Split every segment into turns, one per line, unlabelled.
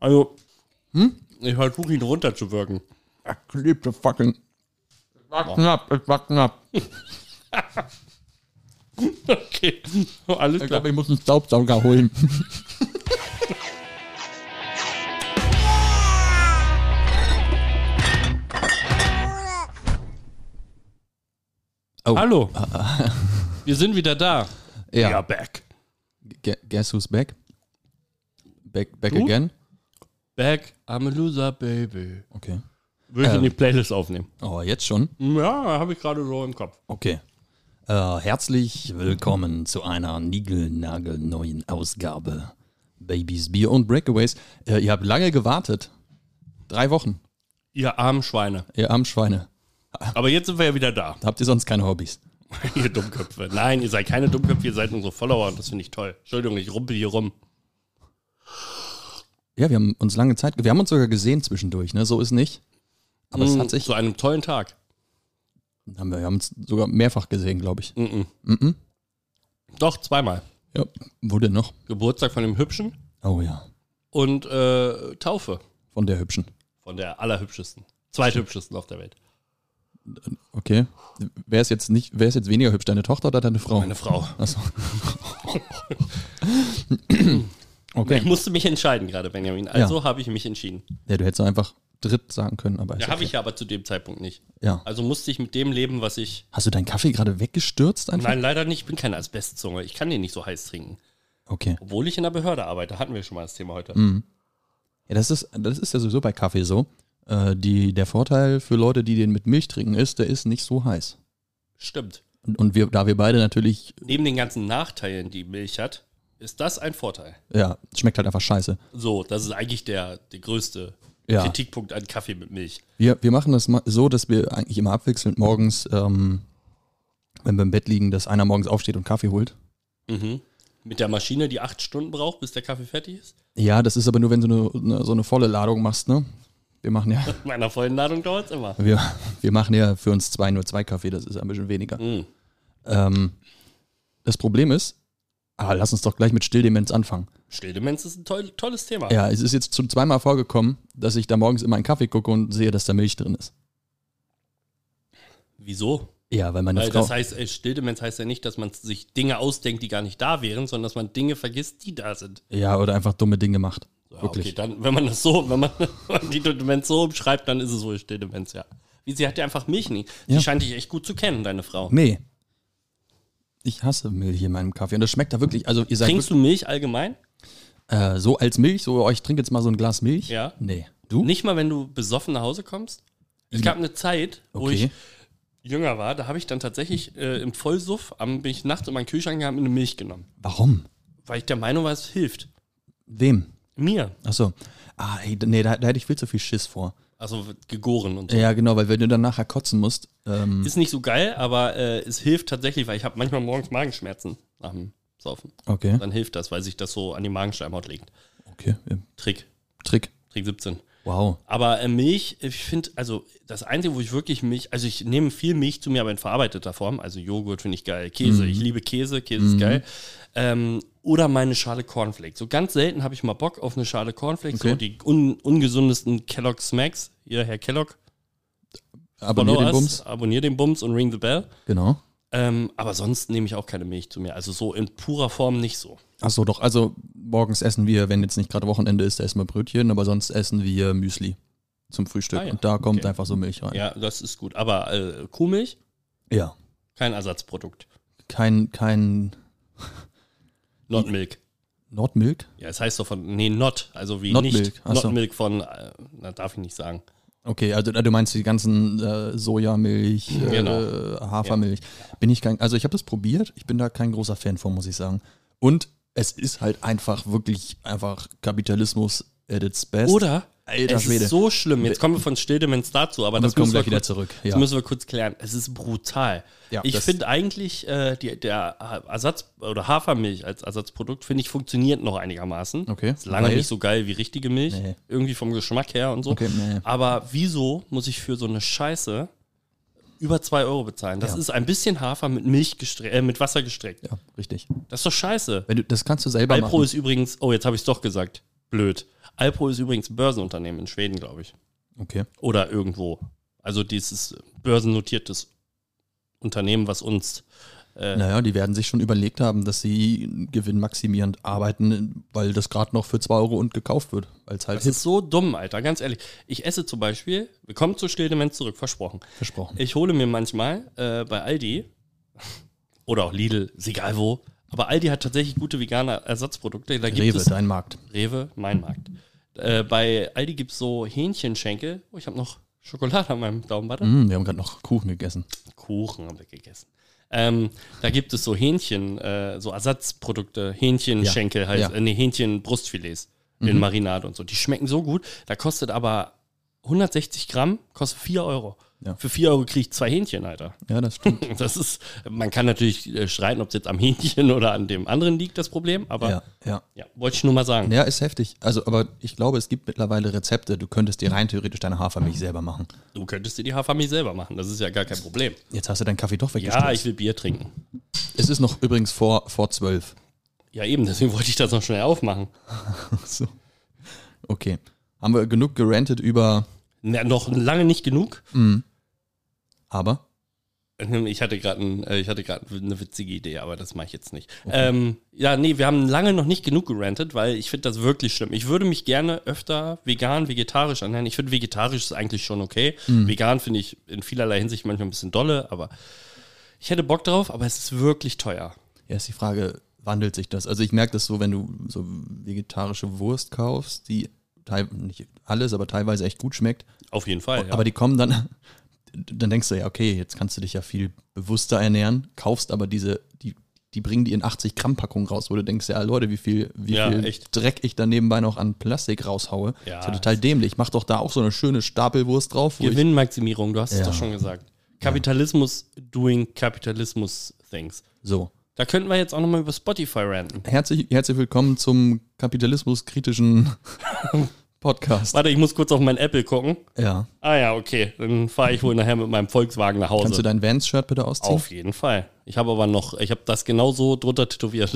Also, hm? ich versuche ihn runterzuwirken.
Ach, geliebte fucking. Es war knapp, es war knapp.
Okay, alles
Ich
klar.
glaube, ich muss einen Staubsauger holen.
Hallo. Wir sind wieder da.
Ja,
back.
Ge- guess who's back? Back, back
Du?
again?
Back, I'm a loser, baby.
Okay.
Will ich
Ähm.
in die Playlist aufnehmen?
Oh, jetzt schon?
Ja, habe ich gerade so im Kopf.
Okay.
Äh, herzlich willkommen zu einer niegelnagelneuen Ausgabe Babys, Bier und Breakaways. Äh, ihr habt lange gewartet.
Drei Wochen,
Ihr armen Schweine.
ihr Armschweine.
Aber jetzt sind wir ja wieder da.
Habt ihr sonst keine Hobbys?
ihr Dummköpfe. Nein, ihr seid keine Dummköpfe, ihr seid unsere Follower und das finde ich toll. Entschuldigung, ich rumpel hier rum.
Ja, wir haben uns lange Zeit, ge- wir haben uns sogar gesehen zwischendurch, ne? So ist nicht. Aber es hat sich,
Mm, Zu einem tollen Tag.
haben wir, wir haben uns sogar mehrfach gesehen, glaube ich.
Mhm. Doch, zweimal.
Ja, wurde noch.
Geburtstag von dem Hübschen
Oh ja,
und äh, Taufe
von der Hübschen.
von der allerhübschesten. Zweithübschesten auf der Welt.
Okay. Wer ist jetzt nicht, wer ist jetzt weniger hübsch, deine Tochter oder deine Frau?
Meine Frau.
Achso.
Ich
okay.
musste mich entscheiden gerade, Benjamin. Also habe ich mich entschieden.
Ja, du hättest einfach dritt sagen können, aber ist
Ja,
okay.
habe ich ja aber zu dem Zeitpunkt nicht.
Ja.
Also musste ich mit dem leben, was ich.
Hast du deinen Kaffee gerade weggestürzt einfach?
Nein, leider nicht. Ich bin keine Asbestzunge. Ich kann den nicht so heiß trinken.
Okay.
Obwohl ich in der Behörde arbeite. Hatten wir schon mal das Thema heute.
Mhm. Ja, das ist, das ist ja sowieso bei Kaffee so. Äh, die, der Vorteil für Leute, die den mit Milch trinken, ist, der ist nicht so heiß.
Stimmt.
Und, und wir, da wir beide natürlich,
Neben den ganzen Nachteilen, die Milch hat, ist das ein Vorteil.
ja, schmeckt halt einfach scheiße.
So, das ist eigentlich der, der größte
Ja.
Kritikpunkt an Kaffee mit Milch.
Wir, wir machen das ma- so, dass wir eigentlich immer abwechselnd morgens, ähm, wenn wir im Bett liegen, dass einer morgens aufsteht und Kaffee holt.
Mhm. Mit der Maschine, die acht Stunden braucht, bis der Kaffee fertig ist.
Ja, das ist aber nur, wenn du eine, eine, so eine volle Ladung machst, ne? Wir machen ja,
Mit meiner vollen Ladung dauert es immer.
wir, wir machen ja für uns zwei nur zwei Kaffee, das ist ein bisschen weniger.
Mhm.
Ähm, das Problem ist, ah, lass uns doch gleich mit Stilldemenz anfangen.
Stilldemenz ist ein toll, tolles Thema.
Ja, es ist jetzt schon zweimal vorgekommen, dass ich da morgens immer einen Kaffee gucke und sehe, dass da Milch drin ist.
Wieso?
Ja, weil meine
Weil
Frau.
das heißt, äh, Stilldemenz heißt ja nicht, dass man sich Dinge ausdenkt, die gar nicht da wären, sondern dass man Dinge vergisst, die da sind.
ja, oder einfach dumme Dinge macht.
Ja,
Wirklich.
Okay, dann, wenn man das so, wenn man, wenn man die Demenz so umschreibt, dann ist es wohl Stilldemenz, ja. Wie sie hat ja einfach Milch nie. Sie
Ja.
scheint dich echt gut zu kennen, deine Frau.
Nee. Ich hasse Milch in meinem Kaffee. Und das schmeckt da wirklich, also ihr seid
Trinkst du Milch allgemein?
wirklich, äh, so als Milch, so, oh, ich trinke jetzt mal so ein Glas Milch.
Ja.
Nee. Du?
Nicht mal, wenn du besoffen nach Hause kommst? Es gab eine Zeit, wo
Okay.
ich jünger war, da habe ich dann tatsächlich äh, im Vollsuff, am, bin ich nachts in meinen Kühlschrank gegangen und eine Milch genommen.
Warum?
Weil ich der Meinung war, es hilft.
Wem?
Mir.
Achso. Ah, ey, nee, da, da hätte ich viel zu viel Schiss vor.
Also gegoren und so.
Ja, genau, weil wenn du dann nachher kotzen musst, ähm,
Ist nicht so geil, aber äh, es hilft tatsächlich, weil ich habe manchmal morgens Magenschmerzen nach dem Saufen.
okay,
Dann hilft das, weil sich das so an die Magenschleimhaut legt.
okay, ja,
Trick,
Trick.
Trick 17.
Wow.
Aber äh, Milch, ich finde, also das Einzige, wo ich wirklich Milch, also ich nehme viel Milch zu mir, aber in verarbeiteter Form. Also Joghurt finde ich geil, Käse,
Mhm.
ich liebe Käse, Käse ist geil. Ähm, oder meine Schale Cornflakes. So ganz selten habe ich mal Bock auf eine Schale Cornflakes.
Okay.
So die un ungesundesten Kellogg Smacks. Hier, Herr Kellogg,
Abonnier
follow
den
us,
Bums.
abonnier den Bums und ring the bell.
Genau.
Ähm, aber sonst nehme ich auch keine Milch zu mir. Also so in purer Form nicht so.
Achso, doch, also morgens essen wir, wenn jetzt nicht gerade Wochenende ist, da essen wir Brötchen, aber sonst essen wir Müsli zum Frühstück.
Ah, ja.
Und da kommt
Okay.
einfach so Milch rein.
Ja, das ist gut. Aber äh, Kuhmilch,
Ja.
kein Ersatzprodukt.
Kein, kein
Not
Hm.
Milk.
Nordmilk?
Ja, es heißt doch von, nee, not, also wie
Not
nicht.
Milk, ach
Not
so.
Milk von, äh, na, darf ich nicht sagen.
Okay, also äh, du meinst die ganzen äh, Sojamilch, äh,
Genau.
Hafermilch. Bin ich kein, also ich habe das probiert, ich bin da kein großer Fan von, muss ich sagen. Und es ist halt einfach wirklich einfach Kapitalismus at its best.
Oder?
Alter
es
Schwede.
ist so schlimm. Jetzt kommen wir von Stilldemenz dazu, aber
wir
das müssen
kommen
wir,
gleich wieder
kurz,
zurück.
das
Ja.
müssen wir kurz klären. Es ist brutal.
Ja,
ich
das-
finde eigentlich, äh, die, der Ersatz- oder Hafermilch als Ersatzprodukt, finde ich, funktioniert noch einigermaßen.
Okay.
Ist lange
Weil?
nicht so geil wie richtige Milch.
Nee.
Irgendwie vom Geschmack her und so.
Okay, nee.
Aber wieso muss ich für so eine Scheiße über 2 Euro bezahlen? Das
Ja.
ist ein bisschen Hafer mit Milch gestre- äh, mit Wasser gestreckt.
Ja, richtig.
Das ist doch scheiße.
Wenn du, das kannst du selber
Alpro
machen.
ist übrigens, oh, jetzt habe ich es doch gesagt. Blöd. Alpro ist übrigens ein Börsenunternehmen in Schweden, glaube ich.
Okay.
Oder irgendwo. Also dieses börsennotiertes Unternehmen, was uns äh,
Naja, die werden sich schon überlegt haben, dass sie gewinnmaximierend arbeiten, weil das gerade noch für 2 Euro und gekauft wird. Als halt
Das ist so dumm, Alter, ganz ehrlich. Ich esse zum Beispiel, wir kommen zu Stilldemenz zurück, versprochen.
versprochen.
Ich hole mir manchmal äh, bei Aldi oder auch Lidl, ist egal wo, aber Aldi hat tatsächlich gute vegane Ersatzprodukte. Da gibt
Rewe,
es
dein Markt.
Rewe, mein Markt. Äh, bei Aldi gibt es so Hähnchenschenkel. Oh, ich habe noch Schokolade an meinem Daumenbatter.
Mm, wir haben gerade noch Kuchen gegessen.
Kuchen haben wir gegessen. Ähm, da gibt es so Hähnchen, äh, so Ersatzprodukte, Hähnchenschenkel halt,
ja. Mhm.
äh, nee, Hähnchenbrustfilets in Marinade und so. Die schmecken so gut, da kostet aber 160 Gramm, kostet 4 Euro.
Ja.
Für 4 Euro kriege ich zwei Hähnchen, Alter.
Ja, das stimmt.
Das ist, man kann natürlich äh, streiten, ob es jetzt am Hähnchen oder an dem anderen liegt, das Problem, aber ja,
ja, ja.
wollte ich nur mal sagen.
Ja, ist heftig. Also, aber ich glaube, es gibt mittlerweile Rezepte. Du könntest dir rein theoretisch deine Hafermilch selber machen.
Du könntest dir die Hafermilch selber machen, das ist ja gar kein Problem.
Jetzt hast du deinen Kaffee doch weggestürzt.
Ja, ich will Bier trinken.
es ist noch übrigens vor, vor 12.
Ja, eben, deswegen wollte ich das noch schnell aufmachen.
So. Okay. Haben wir genug gerantet über.
Na, noch lange nicht genug.
Aber?
Hm, Ich hatte gerade ein, äh, ich hatte gerade eine witzige Idee, aber das mache ich jetzt nicht. Ähm, ja, nee, wir haben lange noch nicht genug gerantet, weil ich finde das wirklich schlimm. Ich würde mich gerne öfter vegan, vegetarisch ernähren. Ich finde vegetarisch ist eigentlich schon okay.
Hm.
Vegan finde ich in vielerlei Hinsicht manchmal ein bisschen dolle, aber ich hätte Bock drauf, aber es ist wirklich teuer.
Ja, ist die Frage, wandelt sich das? Also ich merke das so, wenn du so vegetarische Wurst kaufst, die teil, nicht alles, aber teilweise echt gut schmeckt,
Auf jeden Fall. ja.
aber die kommen dann, dann denkst du ja, okay, jetzt kannst du dich ja viel bewusster ernähren, kaufst aber diese, die, die bringen die in 80 Gramm Packungen raus, wo du denkst, ja Leute, wie viel, wie
Ja,
viel
echt.
Dreck ich da nebenbei noch an Plastik raushaue.
Ja.
Ist ja total dämlich. Mach doch da auch so eine schöne Stapelwurst drauf. Wo ich,
Gewinnmaximierung, du hast es
Ja.
doch schon gesagt. Kapitalismus doing Kapitalismus things.
so.
Da könnten wir jetzt auch nochmal über Spotify ranten.
Herzlich, herzlich willkommen zum kapitalismuskritischen Podcast.
Warte, ich muss kurz auf mein Apple gucken.
Ja.
Ah ja, okay. Dann fahre ich wohl nachher mit meinem Volkswagen nach Hause.
Kannst du dein Vans-Shirt bitte ausziehen?
Also Auf jeden Fall. Ich habe aber noch, ich habe das genauso drunter tätowiert.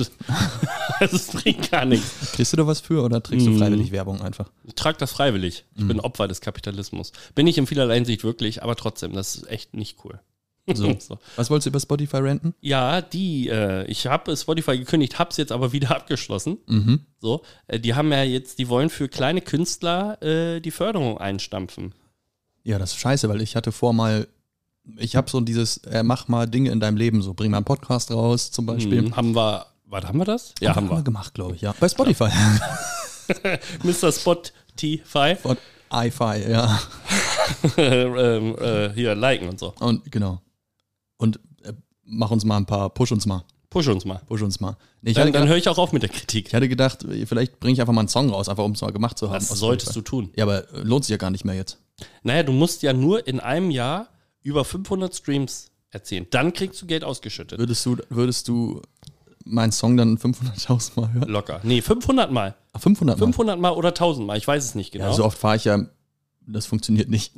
das bringt gar nichts.
Kriegst du da was für oder trägst
Mm.
du freiwillig Werbung einfach?
Ich trage das freiwillig. Ich
Mhm.
bin Opfer des Kapitalismus. Bin ich in vielerlei Hinsicht wirklich, aber trotzdem, das ist echt nicht cool.
So. Was wolltest du über Spotify renten?
Ja, die, äh, ich habe Spotify gekündigt, hab's jetzt aber wieder abgeschlossen.
Mhm.
So, äh, die haben ja jetzt, die wollen für kleine Künstler äh, die Förderung einstampfen.
Ja, das ist scheiße, weil ich hatte vor mal, ich habe so dieses, äh, mach mal Dinge in deinem Leben, so bring mal einen Podcast raus zum Beispiel.
Hm, haben wir, warte, haben wir das? Ja, haben wir.
gemacht, glaube ich, ja. Bei Spotify.
Mr. Spotify.
Und iFi, ja.
ähm, äh, hier liken und so.
Und genau. Und äh, mach uns mal ein paar, push uns mal,
Push uns mal.
push uns mal. Nee, ich,
Dann,
hatte
dann
gedacht,
höre ich auch auf mit der Kritik.
ich hatte gedacht, vielleicht bringe ich einfach mal einen Song raus, einfach um es mal gemacht zu haben.
Das solltest du tun.
Ja, aber äh, lohnt sich ja gar nicht mehr jetzt.
Naja, du musst ja nur in einem Jahr über 500 Streams erzielen. Dann kriegst du Geld ausgeschüttet.
Würdest du, würdest du meinen Song dann 500.000 Mal hören?
Locker. Nee, 500 Mal.
Ah, 500 Mal.
500 Mal oder 1000 Mal. Ich weiß es nicht genau.
Ja, so oft fahre ich ja, das funktioniert nicht.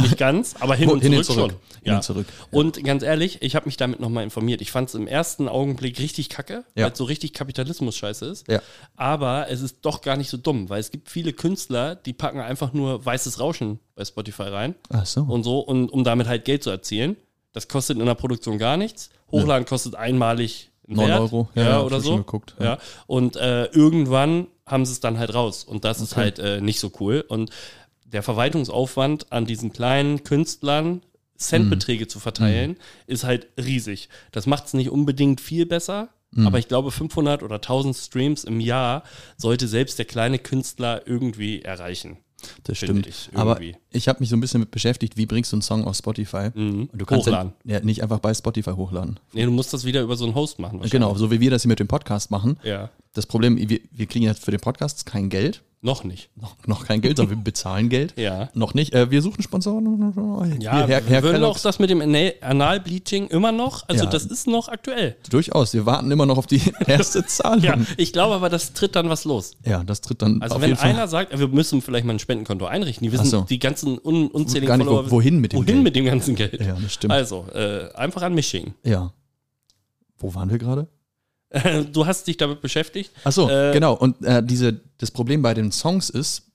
nicht ganz, aber hin
Wo-
und
hin und
zurück,
zurück.
schon.
Hin und zurück, ja.
Und ganz ehrlich, ich habe mich damit nochmal informiert. Ich fand es im ersten Augenblick richtig kacke,
Ja.
weil es so richtig Kapitalismus-Scheiße ist.
Ja.
Aber es ist doch gar nicht so dumm, weil es gibt viele Künstler, die packen einfach nur weißes Rauschen bei Spotify rein.
Ach so.
und so, und, um damit halt Geld zu erzielen. Das kostet in der Produktion gar nichts. Hochladen kostet einmalig einen
Neun
Wert,
Euro.
ja,
Ja, ja, hab
oder
ich
so.
schon geguckt,
ja.
ja.
Und äh, irgendwann haben sie es dann halt raus. Und das ist halt äh, nicht so cool. Und der Verwaltungsaufwand an diesen kleinen Künstlern, Centbeträge
Mhm.
zu verteilen, ist halt riesig. Das macht es nicht unbedingt viel besser.
Mhm.
Aber ich glaube, 500 oder 1000 Streams im Jahr sollte selbst der kleine Künstler irgendwie erreichen.
Das
finde
stimmt.
ich
Aber
irgendwie.
ich habe mich so ein bisschen mit beschäftigt, wie bringst du einen Song auf Spotify? Und du kannst
Mhm. Hochladen.
Ja, ja, nicht einfach bei Spotify hochladen.
Nee, du musst das wieder über so einen Host machen. wahrscheinlich.
Genau, so wie wir das hier mit dem Podcast machen.
Ja.
Das Problem, wir, wir kriegen ja für den Podcast kein Geld.
Noch nicht.
Noch, noch kein Geld, sondern wir bezahlen Geld.
Ja.
Noch nicht. Äh, wir suchen Sponsoren.
Ja,
Hier, Herr, Herr
wir würden auch
Kellogg's.
das mit dem Ana- Anal-Bleaching immer noch, also
Ja.
das ist noch aktuell.
Durchaus. Wir warten immer noch auf die erste Zahlung.
Ja, ich glaube aber, das tritt dann was los.
Ja, das tritt dann
Also
auf
wenn
jeden Fall.
einer sagt, wir müssen vielleicht mal ein Spendenkonto einrichten, die wissen
Ach so.
die ganzen un unzähligen
Gar nicht, wo-
Follower,
wohin mit dem
wohin
Geld?
mit dem ganzen Geld.
Ja, das stimmt.
Also, äh, einfach an mich schicken.
Ja. Wo waren wir gerade?
Du hast dich damit beschäftigt.
Ach so,
Äh,
genau. Und äh, diese, das Problem bei den Songs ist,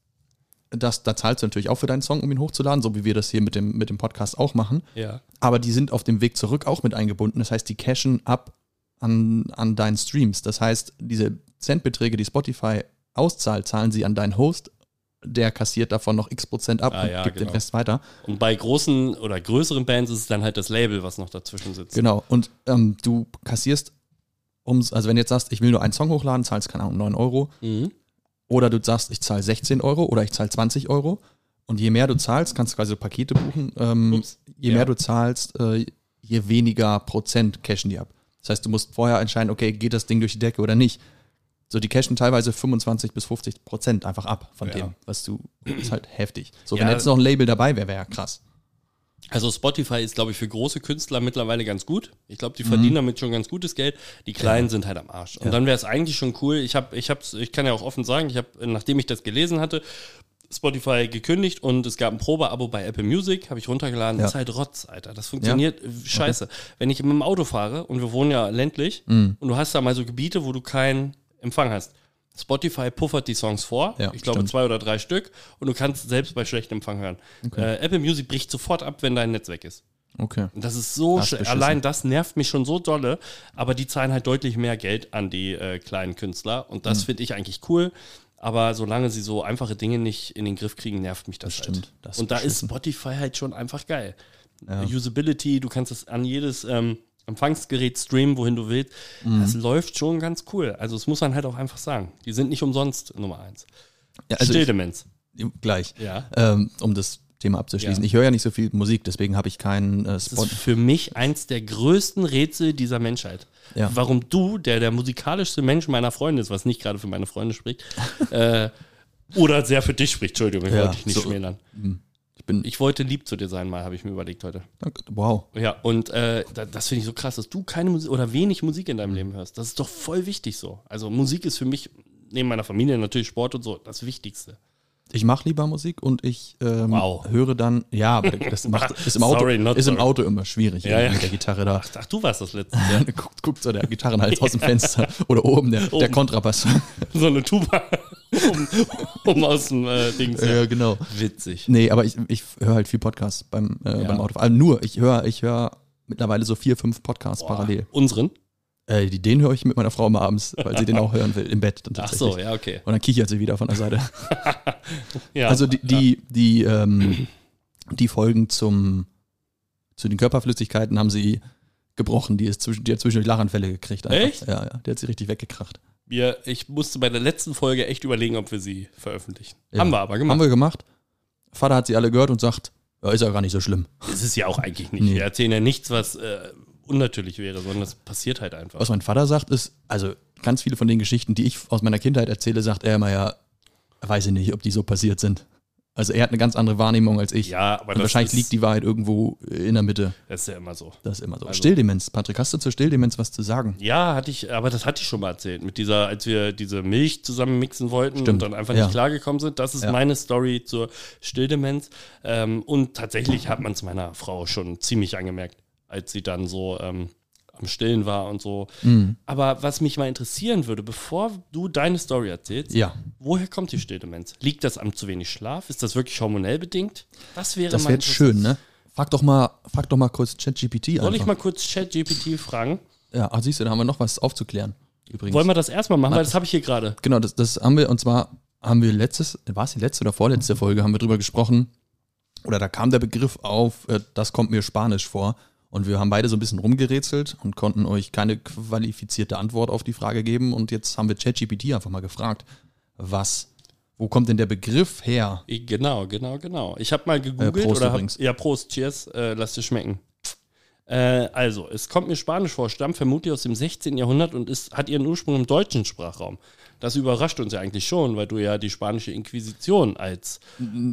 dass da zahlst du natürlich auch für deinen Song, um ihn hochzuladen, so wie wir das hier mit dem, mit dem Podcast auch machen.
Ja.
Aber die sind auf dem Weg zurück auch mit eingebunden. Das heißt, die cashen ab an, an deinen Streams. Das heißt, diese Centbeträge, die Spotify auszahlt, zahlen sie an deinen Host. Der kassiert davon noch x Prozent ab
Ah,
und
ja,
gibt
genau.
den Rest weiter.
Und bei großen oder größeren Bands ist es dann halt das Label, was noch dazwischen sitzt.
Genau. Und ähm, du kassierst, ums, also wenn du jetzt sagst, ich will nur einen Song hochladen, zahlst, keine Ahnung, 9 Euro.
Mhm.
Oder du sagst, ich zahle 16 Euro oder ich zahle 20 Euro. Und je mehr du zahlst, kannst du quasi so Pakete buchen. Ähm,
Ups.
je
Ja.
mehr du zahlst, äh, je weniger Prozent cashen die ab. Das heißt, du musst vorher entscheiden, okay, geht das Ding durch die Decke oder nicht. So, die cashen teilweise 25 bis 50 Prozent einfach ab von
Ja.
dem, was du, ist halt heftig. So,
Ja.
wenn jetzt noch ein Label dabei wäre, wäre ja krass.
Also Spotify ist, glaube ich, für große Künstler mittlerweile ganz gut. Ich glaube, die verdienen damit schon ganz gutes Geld. Die Kleinen sind halt am Arsch. Und dann wäre es eigentlich schon cool. Ich habe, ich hab's, ich kann ja auch offen sagen, ich habe, nachdem ich das gelesen hatte, Spotify gekündigt und es gab ein Probeabo bei Apple Music, habe ich runtergeladen.
Ja.
Das ist halt Rotz, Alter. Das funktioniert äh, scheiße. Wenn ich mit dem Auto fahre und wir wohnen ja ländlich und du hast da mal so Gebiete, wo du keinen Empfang hast. Spotify puffert die Songs vor,
Ja,
ich glaube
stimmt.
zwei oder drei Stück, und du kannst selbst bei schlechtem Empfang hören. Äh, Apple Music bricht sofort ab, wenn dein Netz weg ist.
Okay.
Und Das ist so
Das ist
schlecht.
beschissen.
Allein das nervt mich schon so dolle, aber die zahlen halt deutlich mehr Geld an die äh, kleinen Künstler und
Mhm.
das finde ich eigentlich cool. Aber solange sie so einfache Dinge nicht in den Griff kriegen, nervt mich das,
Das
halt.
stimmt. Das ist
und da ist
beschissen.
Spotify halt schon einfach geil. Usability, du kannst es an jedes ähm, Empfangsgerät streamen, wohin du willst. Das
Mhm.
läuft schon ganz cool. Also es muss man halt auch einfach sagen. Die sind nicht umsonst Nummer eins.
Ja,
Also
also ich,
Stilldemenz.
gleich,
Ja.
ähm, um das Thema abzuschließen.
Ja.
Ich höre ja nicht so viel Musik, deswegen habe ich keinen äh,
Das
Spot.
ist für mich eins der größten Rätsel dieser Menschheit.
Ja.
Warum du, der der musikalischste Mensch meiner Freunde ist, was nicht gerade für meine Freunde spricht, äh, oder sehr für dich spricht, Entschuldigung, ich
Ja,
wollte dich nicht
so- hm.
schmälern.
Ich bin,
Ich wollte lieb zu dir sein, mal, habe ich mir überlegt heute.
wow.
Ja, und äh, da, das finde ich so krass, dass du keine Musik oder wenig Musik in
Hm.
deinem Leben hörst. Das ist doch voll wichtig so. Also Musik ist für mich, neben meiner Familie natürlich Sport und so, das Wichtigste.
Ich mache lieber Musik und ich ähm,
Wow.
höre dann, ja, aber das macht, ist, im Auto,
Sorry, not
ist im
sorry.
Auto immer schwierig
Ja, ja.
mit der Gitarre da.
Ach, du warst das letzte Jahr.
guckt, guckt so der Gitarrenhals aus dem Fenster oder oben der, der
Oben.
Kontrabass.
so eine Tuba, um, um aus dem äh, Ding zu
ja, genau.
Witzig.
Nee, aber ich, ich höre halt viel Podcasts beim, äh,
Ja.
beim Autofahren. Also nur, ich höre ich höre mittlerweile so vier, fünf Podcasts
Boah,
parallel.
Unseren?
Äh, die- den höre ich mit meiner Frau immer abends, weil sie den auch hören will, im Bett dann
Ach
tatsächlich.
so, ja, okay.
Und dann kichert sie wieder von der Seite.
Ja,
Also die, die, die, ähm, die Folgen zum, zu den Körperflüssigkeiten haben sie gebrochen. Die, ist zwischen, die hat zwischendurch Lachanfälle gekriegt.
Echt?
Ja, ja, die hat sie richtig weggekracht.
wir, ich musste bei der letzten Folge echt überlegen, ob wir sie veröffentlichen.
Ja.
Haben wir aber
Haben
gemacht.
wir gemacht. Vater hat sie alle gehört und sagt, ja, ist ja gar nicht so schlimm.
Das ist ja auch eigentlich nicht.
Nee.
Wir erzählen ja nichts, was äh, unnatürlich wäre, sondern das passiert halt einfach.
Was mein Vater sagt, ist, also ganz viele von den Geschichten, die ich aus meiner Kindheit erzähle, sagt er immer ja, weiß ich nicht, ob die so passiert sind. Also er hat eine ganz andere Wahrnehmung als ich.
Ja, aber
und
das
wahrscheinlich
ist,
liegt die Wahrheit irgendwo in der Mitte.
das ist ja immer so.
Das ist immer so.
Also-
Stilldemenz. Patrick, hast du zur Stilldemenz was zu sagen?
Ja, hatte ich, aber das hatte ich schon mal erzählt. Mit dieser, als wir diese Milch zusammen mixen wollten und
Stimmt,
dann einfach
ja.
nicht klargekommen sind. Das ist
Ja.
meine Story zur Stilldemenz. Ähm, und tatsächlich hat man es meiner Frau schon ziemlich angemerkt, als sie dann so ähm, am Stillen war und so.
Mhm.
Aber was mich mal interessieren würde, bevor du deine Story erzählst,
Ja.
woher kommt die Stilldemenz? Liegt das am zu wenig Schlaf? Ist das wirklich hormonell bedingt? Das wäre
Das
mal
wäre jetzt
interessant.
schön, ne? Frag doch mal, frag doch mal kurz ChatGPT an.
Soll ich mal kurz ChatGPT fragen?
Ja, ach siehst du, da haben wir noch was aufzuklären. Übrigens.
Wollen wir das erstmal machen? Weil das habe ich hier gerade.
genau, das, das haben wir, und zwar haben wir letztes, war es die letzte oder vorletzte Folge, haben wir drüber gesprochen, oder da kam der Begriff auf, äh, das kommt mir Spanisch vor. Und wir haben beide so ein bisschen rumgerätselt und konnten euch keine qualifizierte Antwort auf die Frage geben. Und jetzt haben wir ChatGPT einfach mal gefragt, was, wo kommt denn der Begriff her?
Genau, genau, genau. Ich habe mal gegoogelt.
Äh, Prost
oder
übrigens.
hab, ja, Prost, cheers, äh, lass dir schmecken. Äh, also, es kommt mir Spanisch vor, stammt vermutlich aus dem 16. Jahrhundert und ist, hat ihren Ursprung im deutschen Sprachraum. Das überrascht uns ja eigentlich schon, weil du ja die spanische Inquisition als,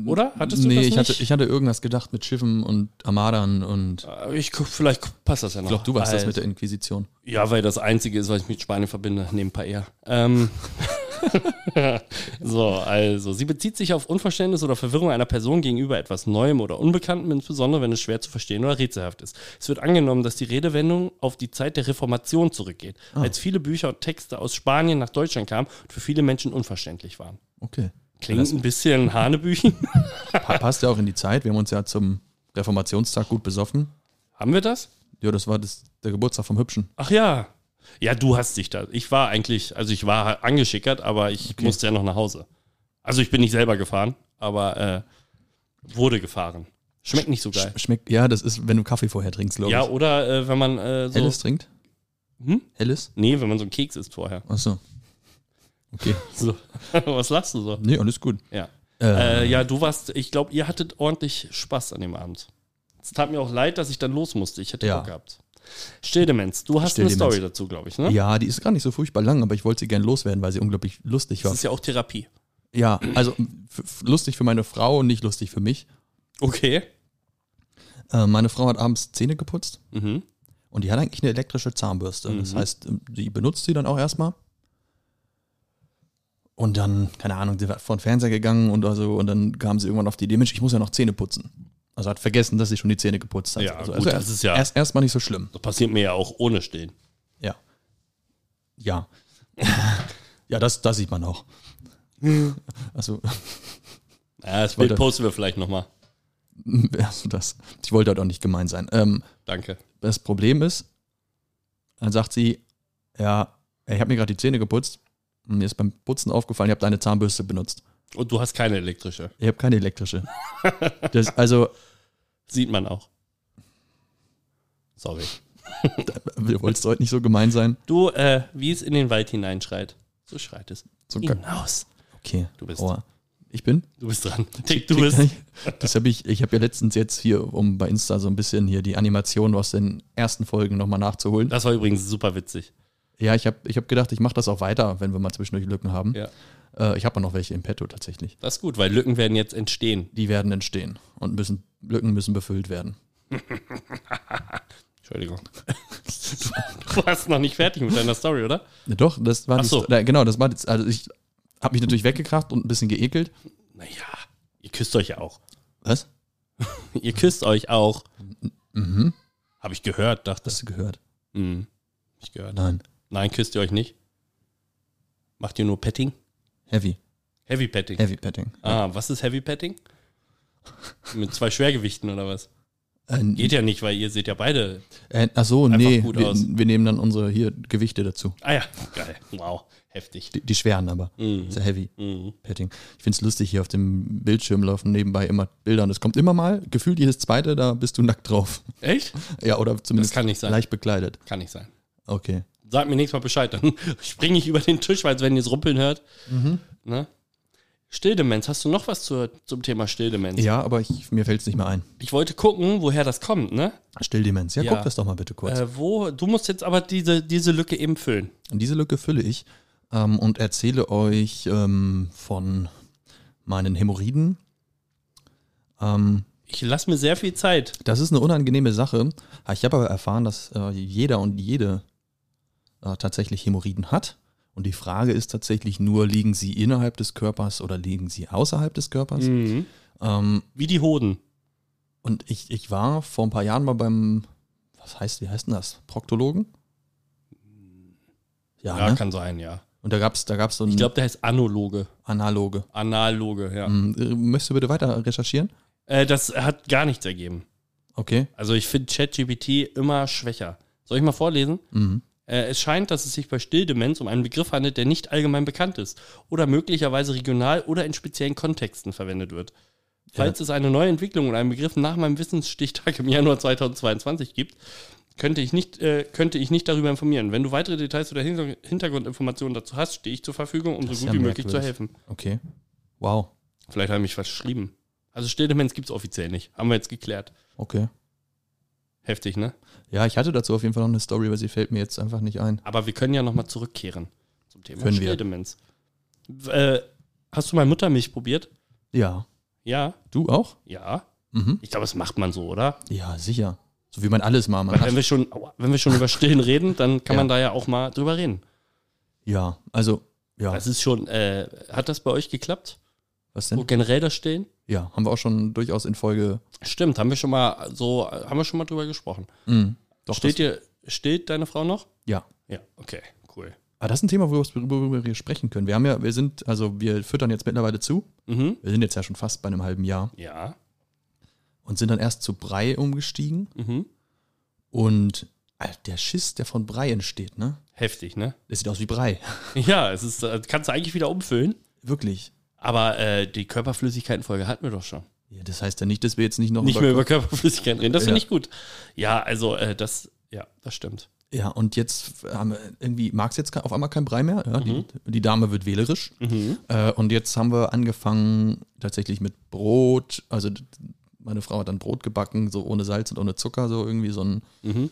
oder? Hattest du
nee,
das
ich,
nicht?
hatte, ich hatte irgendwas gedacht mit Schiffen und Armadern und
Äh, ich guck, vielleicht gu- passt das ja noch.
ich glaube, du warst das
Alter.
mit der Inquisition.
Ja, weil das Einzige ist, was ich mit Spanien verbinde, neben Paella. Ähm, So, also, sie bezieht sich auf Unverständnis oder Verwirrung einer Person gegenüber etwas Neuem oder Unbekanntem, insbesondere wenn es schwer zu verstehen oder rätselhaft ist. Es wird angenommen, dass die Redewendung auf die Zeit der Reformation zurückgeht, als viele Bücher und Texte aus Spanien nach Deutschland kamen und für viele Menschen unverständlich waren.
Okay.
Klingt ein bisschen Hanebüchen.
Pa passt ja auch in die Zeit. Wir haben uns ja zum Reformationstag gut besoffen.
Haben wir das?
Ja, das war das, der Geburtstag vom Hübschen.
Ach ja. Ja, du hast dich da. Ich war eigentlich, also ich war angeschickert, aber ich musste ja noch nach Hause. Also ich bin nicht selber gefahren, aber äh, wurde gefahren. Schmeckt nicht so geil.
Sch schmeckt, ja, das ist, wenn du Kaffee vorher trinkst, glaube
Ja,
ich.
oder äh, wenn man äh, so.
Helles trinkt?
Hm?
Helles?
Nee, wenn man so einen Keks isst vorher.
Achso. Okay.
So. Was lachst du so?
Nee, alles gut.
Ja.
Äh,
Äh, ja, du warst, ich glaube, ihr hattet ordentlich Spaß an dem Abend. Es tat mir auch leid, dass ich dann los musste. Ich hätte
Ja.
Bock gehabt. Stilldemenz, du hast eine
Stilldemenz.
Story dazu, glaube ich, ne?
Ja, die ist gar nicht so furchtbar lang, aber ich wollte sie gerne loswerden, weil sie unglaublich lustig
Das
war.
ist ja auch Therapie.
Ja, also f- f- lustig für meine Frau und nicht lustig für mich.
Okay.
Äh, meine Frau hat abends Zähne geputzt
Mhm.
und die hat eigentlich eine elektrische Zahnbürste. Das heißt, ähm, sie benutzt sie dann auch erstmal. Und dann, keine Ahnung, sie war vor den Fernseher gegangen und also, und dann kam sie irgendwann auf die Idee, Mensch, ich muss ja noch Zähne putzen. Also hat vergessen, dass sie schon die Zähne geputzt hat.
Ja,
also,
gut,
also
das ist ja-
erst erstmal nicht so schlimm.
Das passiert mir ja auch ohne Stillen.
Ja. Ja. ja, das, das sieht man auch. Also,
Ja, das Bild
wollte-
posten wir vielleicht nochmal.
also das, ich wollte halt auch nicht gemein sein. Ähm,
Danke.
das Problem ist, dann sagt sie, ja, ich habe mir gerade die Zähne geputzt und mir ist beim Putzen aufgefallen, ich habe deine Zahnbürste benutzt.
Und du hast keine elektrische.
Ich habe keine elektrische. Das, also,
Sieht man auch. Sorry.
wir wollten heute nicht so gemein sein.
Du, äh, wie es in den Wald hineinschreit, so schreit es.
So ge-
Hinaus.
okay,
Du bist-
Aua. Ich bin?
Du bist dran. Tick, du bist.
Das habe ich, ich habe ja letztens jetzt hier, um bei Insta so ein bisschen hier die Animationen aus den ersten Folgen nochmal nachzuholen.
Das war übrigens super witzig.
Ja, ich habe ich hab gedacht, ich mache das auch weiter, wenn wir mal zwischendurch Lücken haben.
Ja.
Äh, ich habe auch noch welche im Petto tatsächlich.
Das ist gut, weil Lücken werden jetzt entstehen.
Die werden entstehen und müssen, Lücken müssen befüllt werden.
Entschuldigung. Du warst noch nicht fertig mit deiner Story, oder?
Ja, doch, das war
Ach
die
so.
Sto- na, genau, das war jetzt, also ich habe mich natürlich weggekracht und ein bisschen geekelt.
Naja, ihr küsst euch ja auch.
Was?
Ihr küsst euch auch. Mhm. Habe ich gehört, dachte
Hast du gehört?
Mhm. Hab ich gehört.
Nein.
Nein, küsst ihr euch nicht. Macht ihr nur Petting?
Heavy.
Heavy Petting.
Heavy Petting.
Ah, was ist Heavy Petting? Mit zwei Schwergewichten oder was?
Äh,
Geht ja nicht, weil ihr seht ja beide.
äh, ach so,
Einfach
nee,
gut
wir,
aus.
wir nehmen dann unsere hier Gewichte dazu.
Ah ja, geil. Wow, heftig.
Die, die schweren aber.
Mhm.
Sehr heavy.
Mhm.
Petting. Ich find's lustig, hier auf dem Bildschirm laufen nebenbei immer Bilder und es kommt immer mal, gefühlt jedes zweite, da bist du nackt drauf.
Echt?
Ja, oder zumindest
kann nicht sein.
leicht bekleidet.
Kann nicht sein.
Okay.
Sagt mir nächstes Mal Bescheid, dann springe ich über den Tisch, weil wenn ihr es rumpeln hört. Ne? Stilldemenz, hast du noch was zur, zum Thema Stilldemenz?
Ja, aber ich, mir fällt's nicht mehr ein.
Ich wollte gucken, woher das kommt, ne?
Stilldemenz. Ja,
Ja.
guck das doch mal bitte kurz.
Äh, wo, du musst jetzt aber diese, diese Lücke eben füllen.
Und diese Lücke fülle ich ähm, und erzähle euch ähm, von meinen Hämorrhoiden. Ähm,
Ich lasse mir sehr viel Zeit.
das ist eine unangenehme Sache. Ich habe aber erfahren, dass äh, jeder und jede äh, tatsächlich Hämorrhoiden hat. Und die Frage ist tatsächlich nur, liegen sie innerhalb des Körpers oder liegen sie außerhalb des Körpers?
Mhm.
Ähm,
Wie die Hoden.
und ich, ich war vor ein paar Jahren mal beim, was heißt, wie heißt denn das? Proktologen? Ja,
Mhm. Ja,
ne?
kann sein, ja.
Und da gab es da gab's so
Ich
einen
glaube, der heißt Analoge.
Analoge.
Analoge, ja.
Ähm, äh, Möchtest du bitte weiter recherchieren?
Äh, das hat gar nichts ergeben.
Okay.
Also ich finde ChatGPT immer schwächer. Soll ich mal vorlesen?
Mhm.
Äh, es scheint, dass es sich bei Stilldemenz um einen Begriff handelt, der nicht allgemein bekannt ist oder möglicherweise regional oder in speziellen Kontexten verwendet wird. Falls es eine neue Entwicklung und einen Begriff nach meinem Wissensstichtag im Januar 2022 gibt, könnte ich nicht, äh, könnte ich nicht darüber informieren. Wenn du weitere Details oder Hinter Hintergrundinformationen dazu hast, stehe ich zur Verfügung, um
Das
so
ist
gut
ja
wie möglich zu
merkwürdig.
helfen.
Okay. Wow.
Vielleicht habe ich mich verschrieben. Also Stilldemenz gibt es offiziell nicht. Haben wir jetzt geklärt.
Okay.
Heftig, ne?
Ja, ich hatte dazu auf jeden Fall noch eine Story, aber sie fällt mir jetzt einfach nicht ein.
Aber wir können ja nochmal zurückkehren zum Thema
Können wir.
Stilldemenz. W- Äh, hast du mal Muttermilch probiert?
Ja.
Ja,
Du auch?
ja.
Mhm.
Ich glaube, das macht man so, oder?
Ja, sicher. So wie man alles mal
Weil
macht.
wenn wir schon, aua, wenn wir schon über Stillen reden, dann kann
Ja.
man da ja auch mal drüber reden.
Ja, also Ja.
Das ist schon, äh, hat das bei euch geklappt?
Was
Wo generell das stehen?
Ja, haben wir auch schon durchaus in Folge.
Stimmt, haben wir schon mal so, haben wir schon mal drüber gesprochen.
Mhm. Doch,
steht dir, steht deine Frau noch?
Ja.
Ja, okay, cool.
Aber das ist ein Thema, worüber worüber wir sprechen können. Wir haben ja, wir sind, also wir füttern jetzt mittlerweile zu.
Mhm.
Wir sind jetzt ja schon fast bei einem halben Jahr
Ja.
und sind dann erst zu Brei umgestiegen.
Mhm.
Und Alter, der Schiss, der von Brei entsteht, ne?
Heftig, ne?
Das sieht aus wie Brei.
Ja, es ist, äh, kannst du eigentlich wieder umfüllen.
Wirklich.
Aber äh, die Körperflüssigkeitenfolge hatten wir doch schon.
Ja, das heißt ja nicht, dass wir jetzt nicht noch
Nicht
über-
mehr über Körperflüssigkeiten reden. Das finde
Ja.
ich gut. Ja, also äh, das, ja, das stimmt.
Ja, und jetzt äh, haben wir irgendwie mag es jetzt ke- auf einmal kein Brei mehr. Ja,
Mhm.
die, die Dame wird wählerisch. Äh, und jetzt haben wir angefangen tatsächlich mit Brot. Also d- meine Frau hat dann Brot gebacken, so ohne Salz und ohne Zucker, so irgendwie so ein.
Mhm.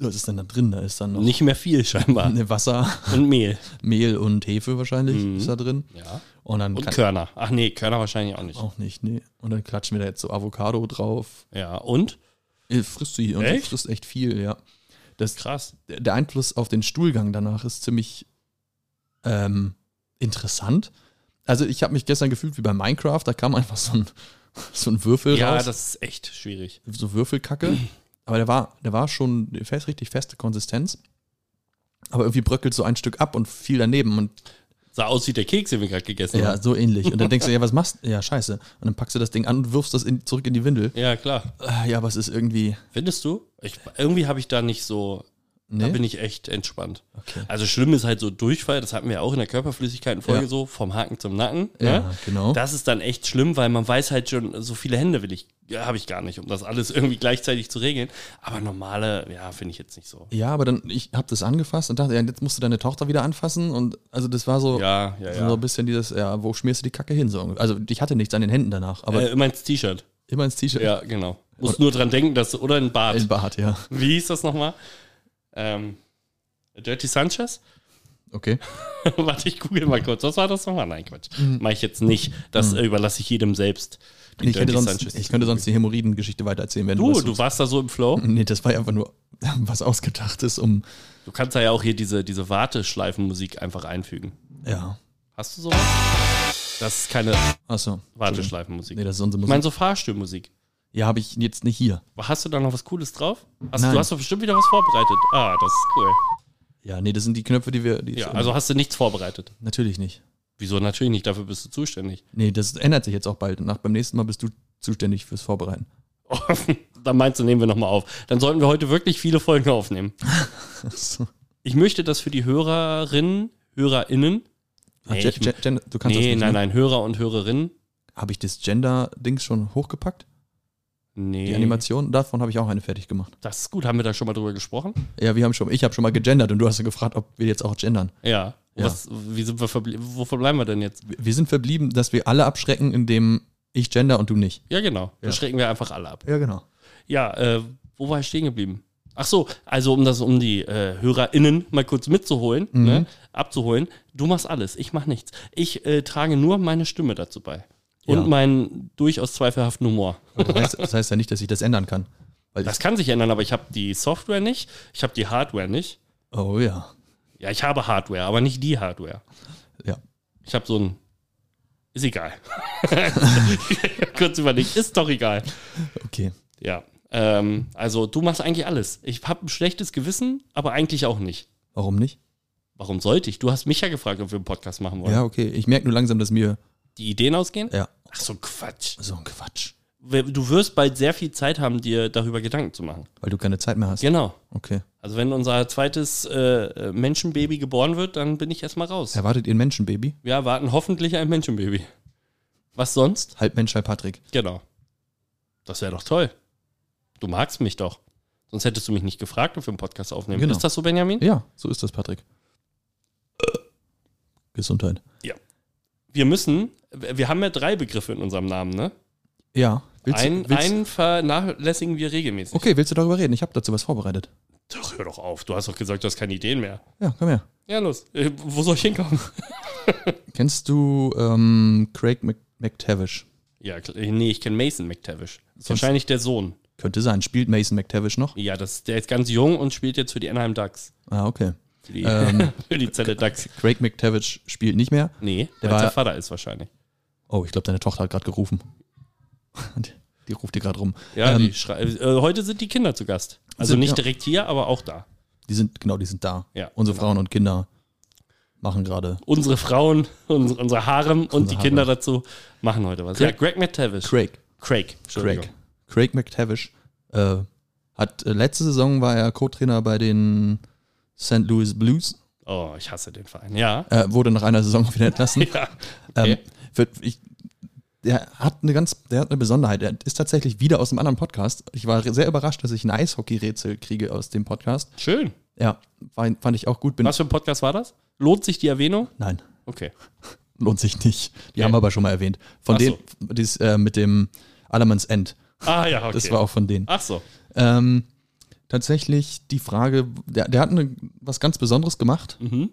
Was ist denn da drin? Da ist dann noch
Nicht mehr viel scheinbar.
ne Wasser,
Und Mehl.
Mehl und Hefe wahrscheinlich
Mhm.
ist da drin.
Ja.
Und dann
Und
kann, Oh.
Körner. Ach nee, Körner wahrscheinlich auch nicht.
auch nicht, nee. Und dann klatschen wir da jetzt so Avocado drauf.
Ja, und?
Äh, frisst du hier und
Echt?
du frisst echt viel, ja. Das,
Krass.
der der Einfluss auf den Stuhlgang danach ist ziemlich ähm, interessant. Also ich habe mich gestern gefühlt wie bei Minecraft, da kam einfach so ein, so ein Würfel
Ja,
raus,
das ist echt schwierig.
so Würfelkacke. Aber der war, der war schon fest, richtig feste Konsistenz. Aber irgendwie bröckelt so ein Stück ab und fiel daneben und
Sah aus wie der Keks, den wir gerade gegessen
ja,
haben.
so ähnlich. Und dann denkst du, ja, was machst du? Ja, scheiße. Und dann packst du das Ding an und wirfst das in, zurück in die Windel.
Ja, klar.
Ah, Ja, aber es ist irgendwie.
Findest du? Ich, irgendwie habe ich da nicht so, da
Nee?
bin ich echt entspannt.
Okay.
Also schlimm ist halt so Durchfall, das hatten wir auch in der Körperflüssigkeitenfolge
Ja.
so, vom Haken zum Nacken.
Ja,
ne?
genau.
Das ist dann echt schlimm, weil man weiß halt schon, so viele Hände will ich, ja, habe ich gar nicht, um das alles irgendwie gleichzeitig zu regeln. Aber normale, ja, finde ich jetzt nicht so.
Ja, aber dann, ich habe das angefasst und dachte, ja, jetzt musst du deine Tochter wieder anfassen. Und also das war so,
Ja, ja,
so
ja.
ein bisschen dieses, ja, wo schmierst du die Kacke hin? So. ungefähr. Also ich hatte nichts an den Händen danach, aber
äh, immer ins T-Shirt.
immer ins T-Shirt.
Ja, genau. Musst nur dran denken, dass, oder ein Bart.
Ein Bart, ja.
Wie hieß das nochmal? Ähm, Dirty Sanchez?
Okay.
Warte, ich google mal kurz. Was war das nochmal? Nein, Quatsch. Mach ich jetzt nicht. Das äh, überlasse ich jedem selbst. Die
Ich, hätte
Dirty
sonst,
Sanchez.
ich könnte sonst die Hämorrhoidengeschichte weitererzählen, wenn
Du,
Mhm. was Mhm.
du warst da so im Flow.
Nee, das war ja einfach nur was ausgedachtes, um.
Du kannst da ja auch hier diese, diese Warteschleifenmusik einfach einfügen.
Ja.
Hast du sowas? Das ist keine
Achso.
Warteschleifenmusik.
Nee, das ist unsere
ich
Musik.
meine so Fahrstühlmusik.
ja, habe ich jetzt nicht hier.
Hast du da noch was Cooles drauf? Hast,
Nein.
du hast doch bestimmt wieder was vorbereitet. Ah, das ist cool.
Ja, nee, das sind die Knöpfe, die wir. Die
Ja, also hast du nichts vorbereitet.
Natürlich nicht.
Wieso? Natürlich nicht. Dafür bist du zuständig.
Nee, das ändert sich jetzt auch bald. Nach, beim nächsten Mal bist du zuständig fürs Vorbereiten.
Dann meinst du, nehmen wir nochmal auf. Dann sollten wir heute wirklich viele Folgen aufnehmen. Ich möchte das für die Hörerinnen, HörerInnen.
Ah,
Nee,
Gen-
ich,
Gen- Gen- du kannst das
nee
nicht.
nein,
ne?
nein, Hörer und Hörerinnen.
Habe ich das Gender-Dings schon hochgepackt? Die
Nee.
Animation, davon habe ich auch eine fertig gemacht.
Das ist gut, haben wir da schon mal drüber gesprochen?
Ja, wir haben schon, ich habe schon mal gegendert und du hast ja gefragt, ob wir jetzt auch gendern.
Ja.
Ja.
Was, wie sind wir verblie- Wo verbleiben wir denn jetzt?
Wir wir sind verblieben, dass wir alle abschrecken, indem ich gender und du nicht.
Ja, genau. Da
Ja.
schrecken wir einfach alle ab.
Ja, genau.
Ja, äh, wo war ich stehen geblieben? Ach so, also um das, um die äh, HörerInnen mal kurz mitzuholen,
Mhm.
ne, abzuholen. Du machst alles, ich mach nichts. Ich äh, trage nur meine Stimme dazu bei. Und
Ja.
meinen durchaus zweifelhaften Humor.
Das heißt, das heißt ja nicht, dass ich das ändern kann. Weil
Das kann sich ändern, aber ich habe die Software nicht, ich habe die Hardware nicht.
ich, oh ja.
Ja, ich habe Hardware, aber nicht die Hardware.
Ja.
Ich habe so ein. Ist egal. Kurz überlegt, ist doch egal.
Okay.
Ja. Ähm, also, du machst eigentlich alles. Ich habe ein schlechtes Gewissen, aber eigentlich auch nicht.
Warum nicht?
Warum sollte ich? Du hast mich ja gefragt, ob wir einen Podcast machen wollen.
Ja, okay. Ich merke nur langsam, dass mir.
Die Ideen ausgehen?
Ja.
Ach so, Quatsch.
So ein Quatsch.
Wir- Du wirst bald sehr viel Zeit haben, dir darüber Gedanken zu machen.
Weil du keine Zeit mehr hast.
Genau.
Okay.
Also wenn unser zweites äh, Menschenbaby geboren wird, dann bin ich erstmal raus.
Erwartet ihr ein Menschenbaby?
Wir erwarten hoffentlich ein Menschenbaby. Was sonst?
Halb Mensch, halb Patrick.
Genau. Das wäre doch toll. Du magst mich doch. Sonst hättest du mich nicht gefragt, ob wir einen Podcast aufnehmen.
Genau.
Ist das so, Benjamin?
Ja, so ist das, Patrick. Gesundheit.
Wir müssen, wir haben ja drei Begriffe in unserem Namen, ne?
Ja. Willst, du-
Ein,
willst,
einen vernachlässigen wir regelmäßig.
okay, willst du darüber reden? Ich habe dazu was vorbereitet.
Doch, hör doch auf. Du hast doch gesagt, du hast keine Ideen mehr.
Ja, komm her.
Ja, los. Äh, wo soll ich hinkommen?
Kennst du ähm, Craig Mc McTavish?
Ja, kl- äh, nee, ich kenne Mason McTavish. Ist wahrscheinlich der Sohn.
Könnte sein. Spielt Mason McTavish noch?
Ja, das, der ist ganz jung und spielt jetzt für die Anaheim Ducks.
Ah, okay.
Für die,
Ähm,
für die Zelle DAX.
Craig McTavish spielt nicht mehr.
Nee, weil es
der war-
der Vater ist wahrscheinlich.
Oh, ich glaube, deine Tochter hat gerade gerufen. Die, die ruft dir gerade rum.
Ja,
Ähm,
die schrei- äh, heute sind die Kinder zu Gast. Also
Sind-
nicht
ja.
direkt hier, aber auch da.
Die sind, genau, die sind da.
Ja,
Unsere
genau.
Frauen und Kinder machen gerade.
Unsere Frauen, uns, unser Harem und die
Harem.
Kinder dazu machen heute was.
Craig-
ja, Greg McTavish.
Craig.
Craig. Entschuldigung.
Craig. Craig McTavish. Äh, hat äh, letzte Saison war er Co-Trainer bei den St. Louis Blues.
Oh, ich hasse den Verein. Ja.
Äh, wurde nach einer Saison wieder entlassen.
ja.
Ähm, wird, ich, der hat eine ganz, der hat eine Besonderheit. Er ist tatsächlich wieder aus einem anderen Podcast. Ich war sehr überrascht, dass ich ein Eishockey-Rätsel kriege aus dem Podcast.
Schön.
Ja, war, fand ich auch gut. Bin,
Was für ein Podcast war das? Lohnt sich die Erwähnung?
Nein,
Okay.
lohnt sich nicht. Die
Ja.
haben wir aber schon mal erwähnt. Von
Ach
dem,
so.
dies, äh, mit dem Allermanns End.
Ah ja, okay.
Das war auch von denen.
Ach so.
Ähm, tatsächlich die Frage, der, der hat eine, was ganz Besonderes gemacht.
Mhm.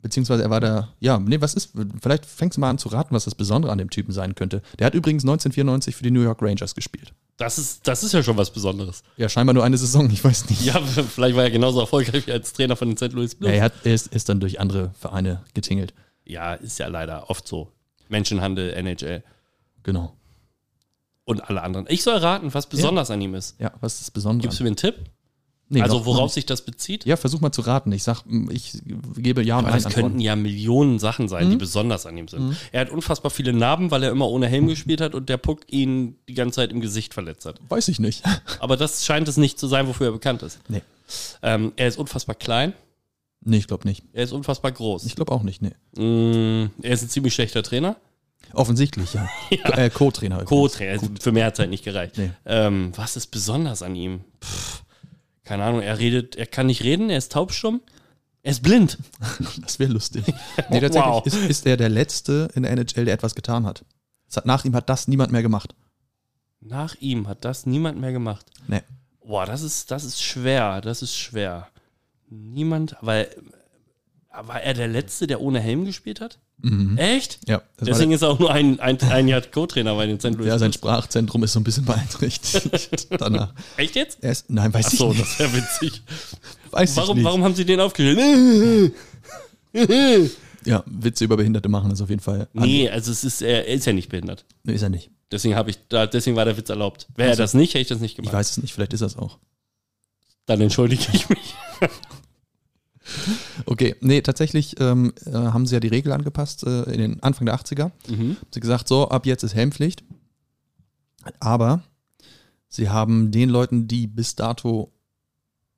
Beziehungsweise er war da, ja, nee, was ist, vielleicht fängst du mal an zu raten, was das Besondere an dem Typen sein könnte. Der hat übrigens 1994 für die New York Rangers gespielt.
Das ist, das ist ja schon was Besonderes.
Ja, scheinbar nur eine Saison, ich weiß nicht.
Ja, vielleicht war er genauso erfolgreich wie als Trainer von den St. Louis Blues.
Er, hat, er ist, ist dann durch andere Vereine getingelt.
Ja, ist ja leider oft so. Menschenhandel, NHL
Genau.
und alle anderen. Ich soll raten, was besonders an ihm ist.
Ja, was ist das Besondere?
Gibst du mir einen Tipp?
Nee,
also
noch-
worauf
noch nicht.
sich das bezieht?
Ja, versuch mal zu raten. Ich sag, mm, ich gebe Ja Mhm. und
Weil
Nein
das könnten ja Millionen Sachen sein, die besonders an ihm sind. Er hat unfassbar viele Narben, weil er immer ohne Helm gespielt hat und der Puck ihn die ganze Zeit im Gesicht verletzt hat.
Weiß ich nicht.
Aber das scheint es nicht zu sein, wofür er bekannt ist.
Nee.
Ähm, er ist unfassbar klein,
Nee, ich glaube nicht.
er ist unfassbar groß.
Ich glaube auch nicht, nee.
Mm, er ist ein ziemlich schlechter Trainer.
Offensichtlich, ja. Co- Äh, Co-Trainer. übrigens.
Co-Trainer, für mehr hat es halt nicht gereicht.
Nee.
Ähm, was ist besonders an ihm? Pff, keine Ahnung, er redet, er kann nicht reden, er ist taubstumm, er ist blind.
Das wäre lustig. Nee, tatsächlich
Wow.
ist, ist er der Letzte in der NHL, der etwas getan hat. Es hat. Nach ihm hat das niemand mehr gemacht.
Nach ihm hat das niemand mehr gemacht.
Nee.
Boah, das ist, das ist schwer, das ist schwer. Niemand, weil war er der Letzte, der ohne Helm gespielt hat?
Mhm.
Echt?
Ja, das war
Deswegen ist er auch nur ein, ein, ein Jahr Co-Trainer bei den St. Louis.
der, ja, also sein Sprachzentrum ist so ein bisschen beeinträchtigt danach.
Echt jetzt?
Er ist, nein, weiß
So,
ich nicht.
das wäre witzig.
Weiß ich
Warum,
nicht.
warum haben sie den aufgeschrieben?
Ja, Witze über Behinderte machen ist auf jeden Fall.
nee, also es ist, er ist ja nicht behindert.
Nee, ist er nicht.
Deswegen habe ich da, deswegen war der Witz erlaubt. Wäre er das nicht, hätte ich das nicht
Also Ich
gemacht.
weiß es nicht, vielleicht ist er es auch.
Dann entschuldige ich mich.
Okay, nee, tatsächlich ähm, äh, haben sie ja die Regel angepasst äh, in den Anfang der 80er.
Mhm.
Haben sie gesagt, so, ab jetzt ist Helmpflicht. Aber sie haben den Leuten, die bis dato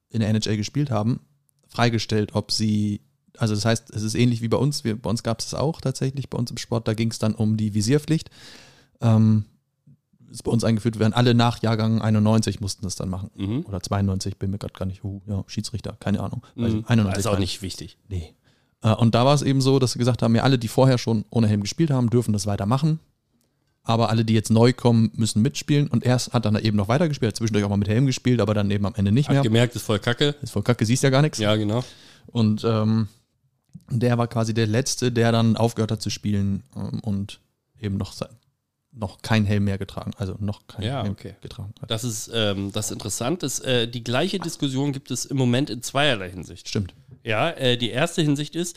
in der NHL gespielt haben, freigestellt, ob sie, also das heißt, es ist ähnlich wie bei uns, wir, bei uns gab es es auch tatsächlich, bei uns im Sport, da ging es dann um die Visierpflicht. Ähm, ist bei uns eingeführt werden, alle nach Jahrgang 91 mussten das dann machen.
Mhm.
Oder 92, bin mir gerade gar nicht, uh, ja, Schiedsrichter, keine Ahnung. Also Weiß
Mhm.
ich, 91
Ist auch
meine
nicht wichtig.
Nee. Äh, Und da war es eben so, dass sie gesagt haben, ja, alle, die vorher schon ohne Helm gespielt haben, dürfen das weitermachen. Aber alle, die jetzt neu kommen, müssen mitspielen. Und erst hat dann eben noch weitergespielt, hat zwischendurch auch mal mit Helm gespielt, aber dann eben am Ende nicht
Hat
mehr.
gemerkt, ist voll kacke.
Ist voll kacke, siehst ja gar nichts.
Ja, genau.
Und ähm, der war quasi der Letzte, der dann aufgehört hat zu spielen ähm, und eben noch, sein, noch kein Helm mehr getragen. Also noch kein
Ja,
Helm
okay.
getragen hat.
Das ist ähm, das ist interessant. Ist, äh, die gleiche Diskussion gibt es im Moment in zweierlei Hinsicht.
Stimmt.
Ja, äh, die erste Hinsicht ist,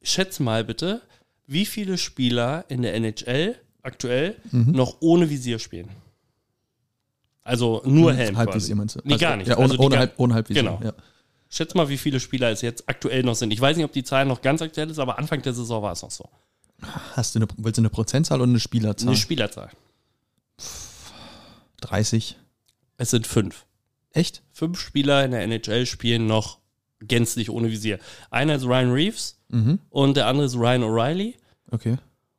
schätz mal bitte, wie viele Spieler in der NHL aktuell
Mhm.
noch ohne Visier spielen. Also nur
Mhm. Hm,
Helm. quasi.
Halbvisier meinst du?
Nee,
Also,
gar nicht.
Ja, ohne,
Also die
ohne,
ga-
halb, ohne Halbvisier.
Genau.
Ja.
Schätz mal, wie viele Spieler es jetzt aktuell noch sind. Ich weiß nicht, ob die Zahl noch ganz aktuell ist, aber Anfang der Saison war es noch so.
Hast du eine, willst du eine Prozentzahl und eine Spielerzahl?
Eine Spielerzahl.
30.
Es sind fünf.
Echt?
Fünf Spieler in der NHL spielen noch gänzlich ohne Visier. Einer ist Ryan Reeves
Mhm.
und der andere ist Ryan O'Reilly.
Okay.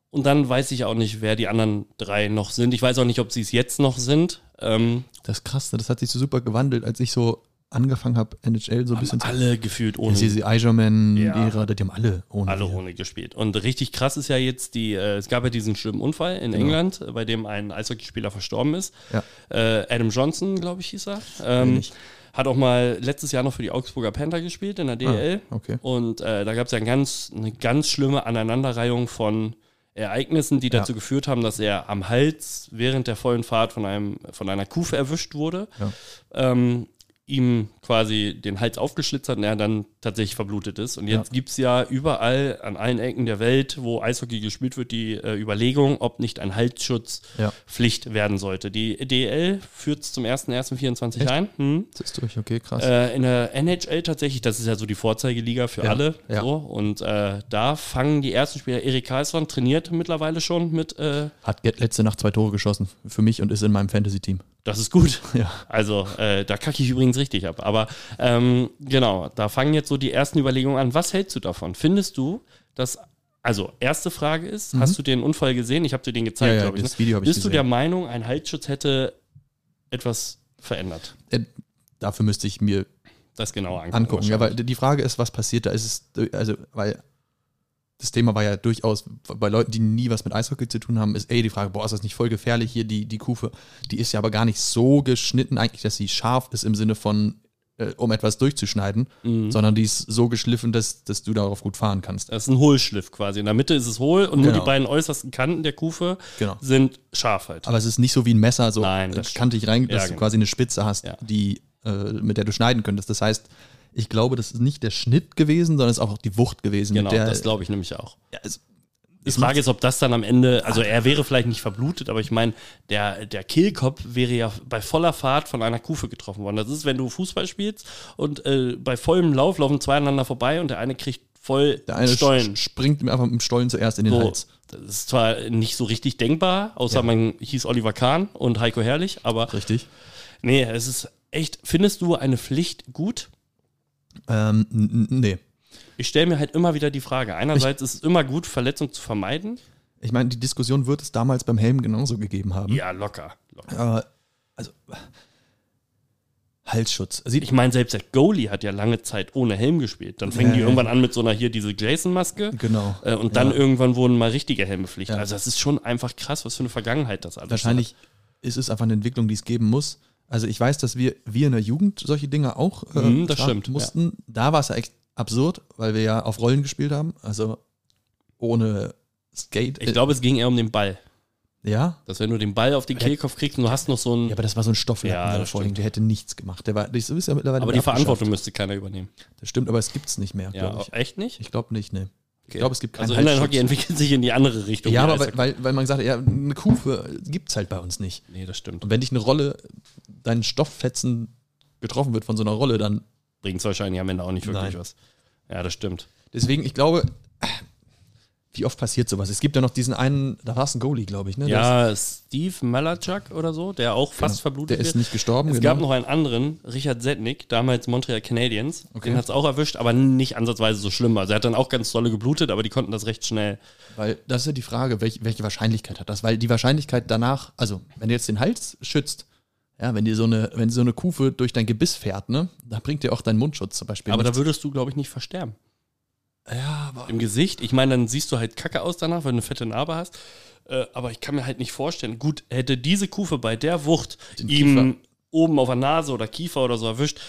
Und dann weiß ich auch nicht, wer die anderen drei noch sind. Ich weiß auch nicht, ob sie es jetzt noch sind. Ähm,
Das ist krass, ne? das hat sich so super gewandelt, als ich so angefangen habe, NHL so ein bisschen zu.
alle gefühlt
Ja,
ohne
CC Eiserman,
Ja.
Ära, die haben alle ohne.
alle
hier.
ohne gespielt. Und richtig krass ist ja jetzt die, äh, es gab ja diesen schlimmen Unfall in England, äh, bei dem ein Eishockeyspieler verstorben ist.
Genau. Ja.
Äh, Adam Johnson, glaube ich, hieß er. Ähm,
Ähnlich.
hat auch mal letztes Jahr noch für die Augsburger Panther gespielt in der DL.
Ah, okay.
Und äh, da gab es ja ein ganz, eine ganz schlimme Aneinanderreihung von Ereignissen, die dazu geführt haben, dass er am Hals während der vollen Fahrt von, einem, von einer Kufe erwischt wurde.
Ja.
Ähm, ihm quasi den Hals aufgeschlitzt hat und er dann tatsächlich verblutet ist. Und jetzt gibt's ja überall an allen Ecken der Welt, wo Eishockey gespielt wird, die äh, Überlegung, ob nicht ein Halsschutz
Ja.
Pflicht werden sollte. Die DL führt's zum 1.1.24 ein. Hm.
Das ist durch, okay, krass.
Äh, in der NHL tatsächlich, das ist ja so die Vorzeigeliga für
Ja,
alle.
ja.
So. Und äh, da fangen die ersten Spieler, Erik Karlsson trainiert mittlerweile schon mit, äh,
Hat Get letzte Nacht zwei Tore geschossen für mich und ist in meinem Fantasy-Team.
das ist gut.
Ja.
Also äh, da kacke ich übrigens richtig ab. Aber ähm, genau, da fangen jetzt so die ersten Überlegungen an. Was hältst du davon? Findest du, dass, also erste Frage ist, hast du den Unfall gesehen? Ich habe dir den gezeigt,
Mhm. Ja, ja,
glaube ich.
das
ne?
Video habe ich
Bist du
gesehen.
der Meinung, ein Halsschutz hätte etwas verändert?
Äh, dafür müsste ich mir
Das genauer angucken.
angucken. Ja, weil die Frage ist, was passiert da? Ist es, also, weil das Thema war ja durchaus bei Leuten, die nie was mit Eishockey zu tun haben, ist ey die Frage, boah, ist das nicht voll gefährlich hier, die, die Kufe, die ist ja aber gar nicht so geschnitten eigentlich, dass sie scharf ist im Sinne von, äh, um etwas durchzuschneiden,
Mhm.
sondern die ist so geschliffen, dass, dass du darauf gut fahren kannst.
Das ist ein Hohlschliff quasi. In der Mitte ist es hohl und nur
Genau.
die beiden äußersten Kanten der Kufe
Genau.
sind scharf halt.
Aber es ist nicht so wie ein Messer, so äh,
Nein, das stimmt.
kantig rein, dass
Ja,
du
genau.
quasi eine Spitze hast,
Ja.
die, äh, mit der du schneiden könntest. Das heißt, ich glaube, das ist nicht der Schnitt gewesen, sondern es ist auch die Wucht gewesen.
Genau,
mit der,
das glaube ich nämlich auch.
ja, es,
Die Frage ist, ob das dann am Ende, also er wäre vielleicht nicht verblutet, aber ich meine, der, der Kehlkopf wäre ja bei voller Fahrt von einer Kufe getroffen worden. Das ist, wenn du Fußball spielst und äh, bei vollem Lauf laufen zwei aneinander vorbei und der eine kriegt voll
Der eine
Stollen.
sch- springt ihm einfach mit dem Stollen zuerst in den
So,
Hals.
das ist zwar nicht so richtig denkbar, außer man hieß Oliver Kahn und Heiko Herrlich, aber
Richtig.
nee, es ist echt, findest du eine Pflicht gut?
Ähm, n- n- nee.
Ich stelle mir halt immer wieder die Frage. Einerseits ist es immer gut, Verletzung zu vermeiden.
Ich meine, die Diskussion wird es damals beim Helm genauso gegeben haben.
Ja, locker. locker.
Aber, also, Halsschutz. Also, Sieht,
Ich meine, selbst der Goalie hat ja lange Zeit ohne Helm gespielt. Dann fingen die
Ja, ja.
irgendwann an mit so einer hier diese Jason-Maske.
genau.
Äh, und dann irgendwann wurden mal richtige Helme Pflicht.
Ja.
Also das ist schon einfach krass, was für eine Vergangenheit das alles
Wahrscheinlich ist es einfach eine Entwicklung, die es geben muss. Also ich weiß, dass wir, wir in der Jugend solche Dinge auch äh,
Mhm, das
betrachten
stimmt, ja.
mussten. Da war es ja echt absurd, weil wir ja auf Rollen gespielt haben. Also ohne Skate.
hat. Ich glaube, es ging eher um den Ball.
äh, ja.
Dass wenn du den Ball auf den Kehlkopf kriegst und du hast noch so einen...
Ja, aber das war so ein Stofflappen,
Ja,
der da
das
vorliegt. Der hätte nichts gemacht. Der war, das ist ja mittlerweile
aber die
abgeschafft.
Verantwortung müsste keiner übernehmen.
Das stimmt, aber es gibt es nicht mehr,
Ja,
glaube ich.
echt nicht?
Ich glaube nicht, ne. Ich glaube, es gibt keinen
Also Inline-Hockey
Halsschutz.
entwickelt sich in die andere Richtung. also
Ja,
wie
aber weil,
Eishockey.
weil, weil man gesagt hat, ja, eine Kufe gibt es halt bei uns nicht.
Nee, das stimmt.
Und wenn dich eine Rolle, dein Stofffetzen getroffen wird von so einer Rolle, dann.
Bringt es wahrscheinlich am Ende auch nicht wirklich
Nein.
was. Ja, das stimmt.
Deswegen, ich glaube, wie oft passiert sowas? Es gibt ja noch diesen einen, da war es ein Goalie, glaube ich, ne?
Ja, Steve Malachuk oder so, der auch fast
Genau. Der
verblutet
ist, der ist
wird.
nicht gestorben. genau.
Es gab noch einen anderen, Richard Zetnik, damals Montreal Canadiens.
Okay.
Den hat es auch erwischt, aber nicht ansatzweise so schlimm. Also er hat dann auch ganz dolle geblutet, aber die konnten das recht schnell.
Weil das ist ja die Frage, welche, welche Wahrscheinlichkeit hat das? Weil die Wahrscheinlichkeit danach, also wenn du jetzt den Hals schützt, ja, wenn dir so eine, wenn so eine Kufe durch dein Gebiss fährt, ne, da bringt dir auch dein Mundschutz zum Beispiel.
aber da
nichts.
würdest du, glaube ich, nicht versterben.
ja, aber
Im Gesicht, ich meine, dann siehst du halt kacke aus danach, wenn du eine fette Narbe hast. Äh, aber ich kann mir halt nicht vorstellen, gut, hätte diese Kufe bei der Wucht
Den
ihm
Kiefer.
oben auf der Nase oder Kiefer oder so erwischt,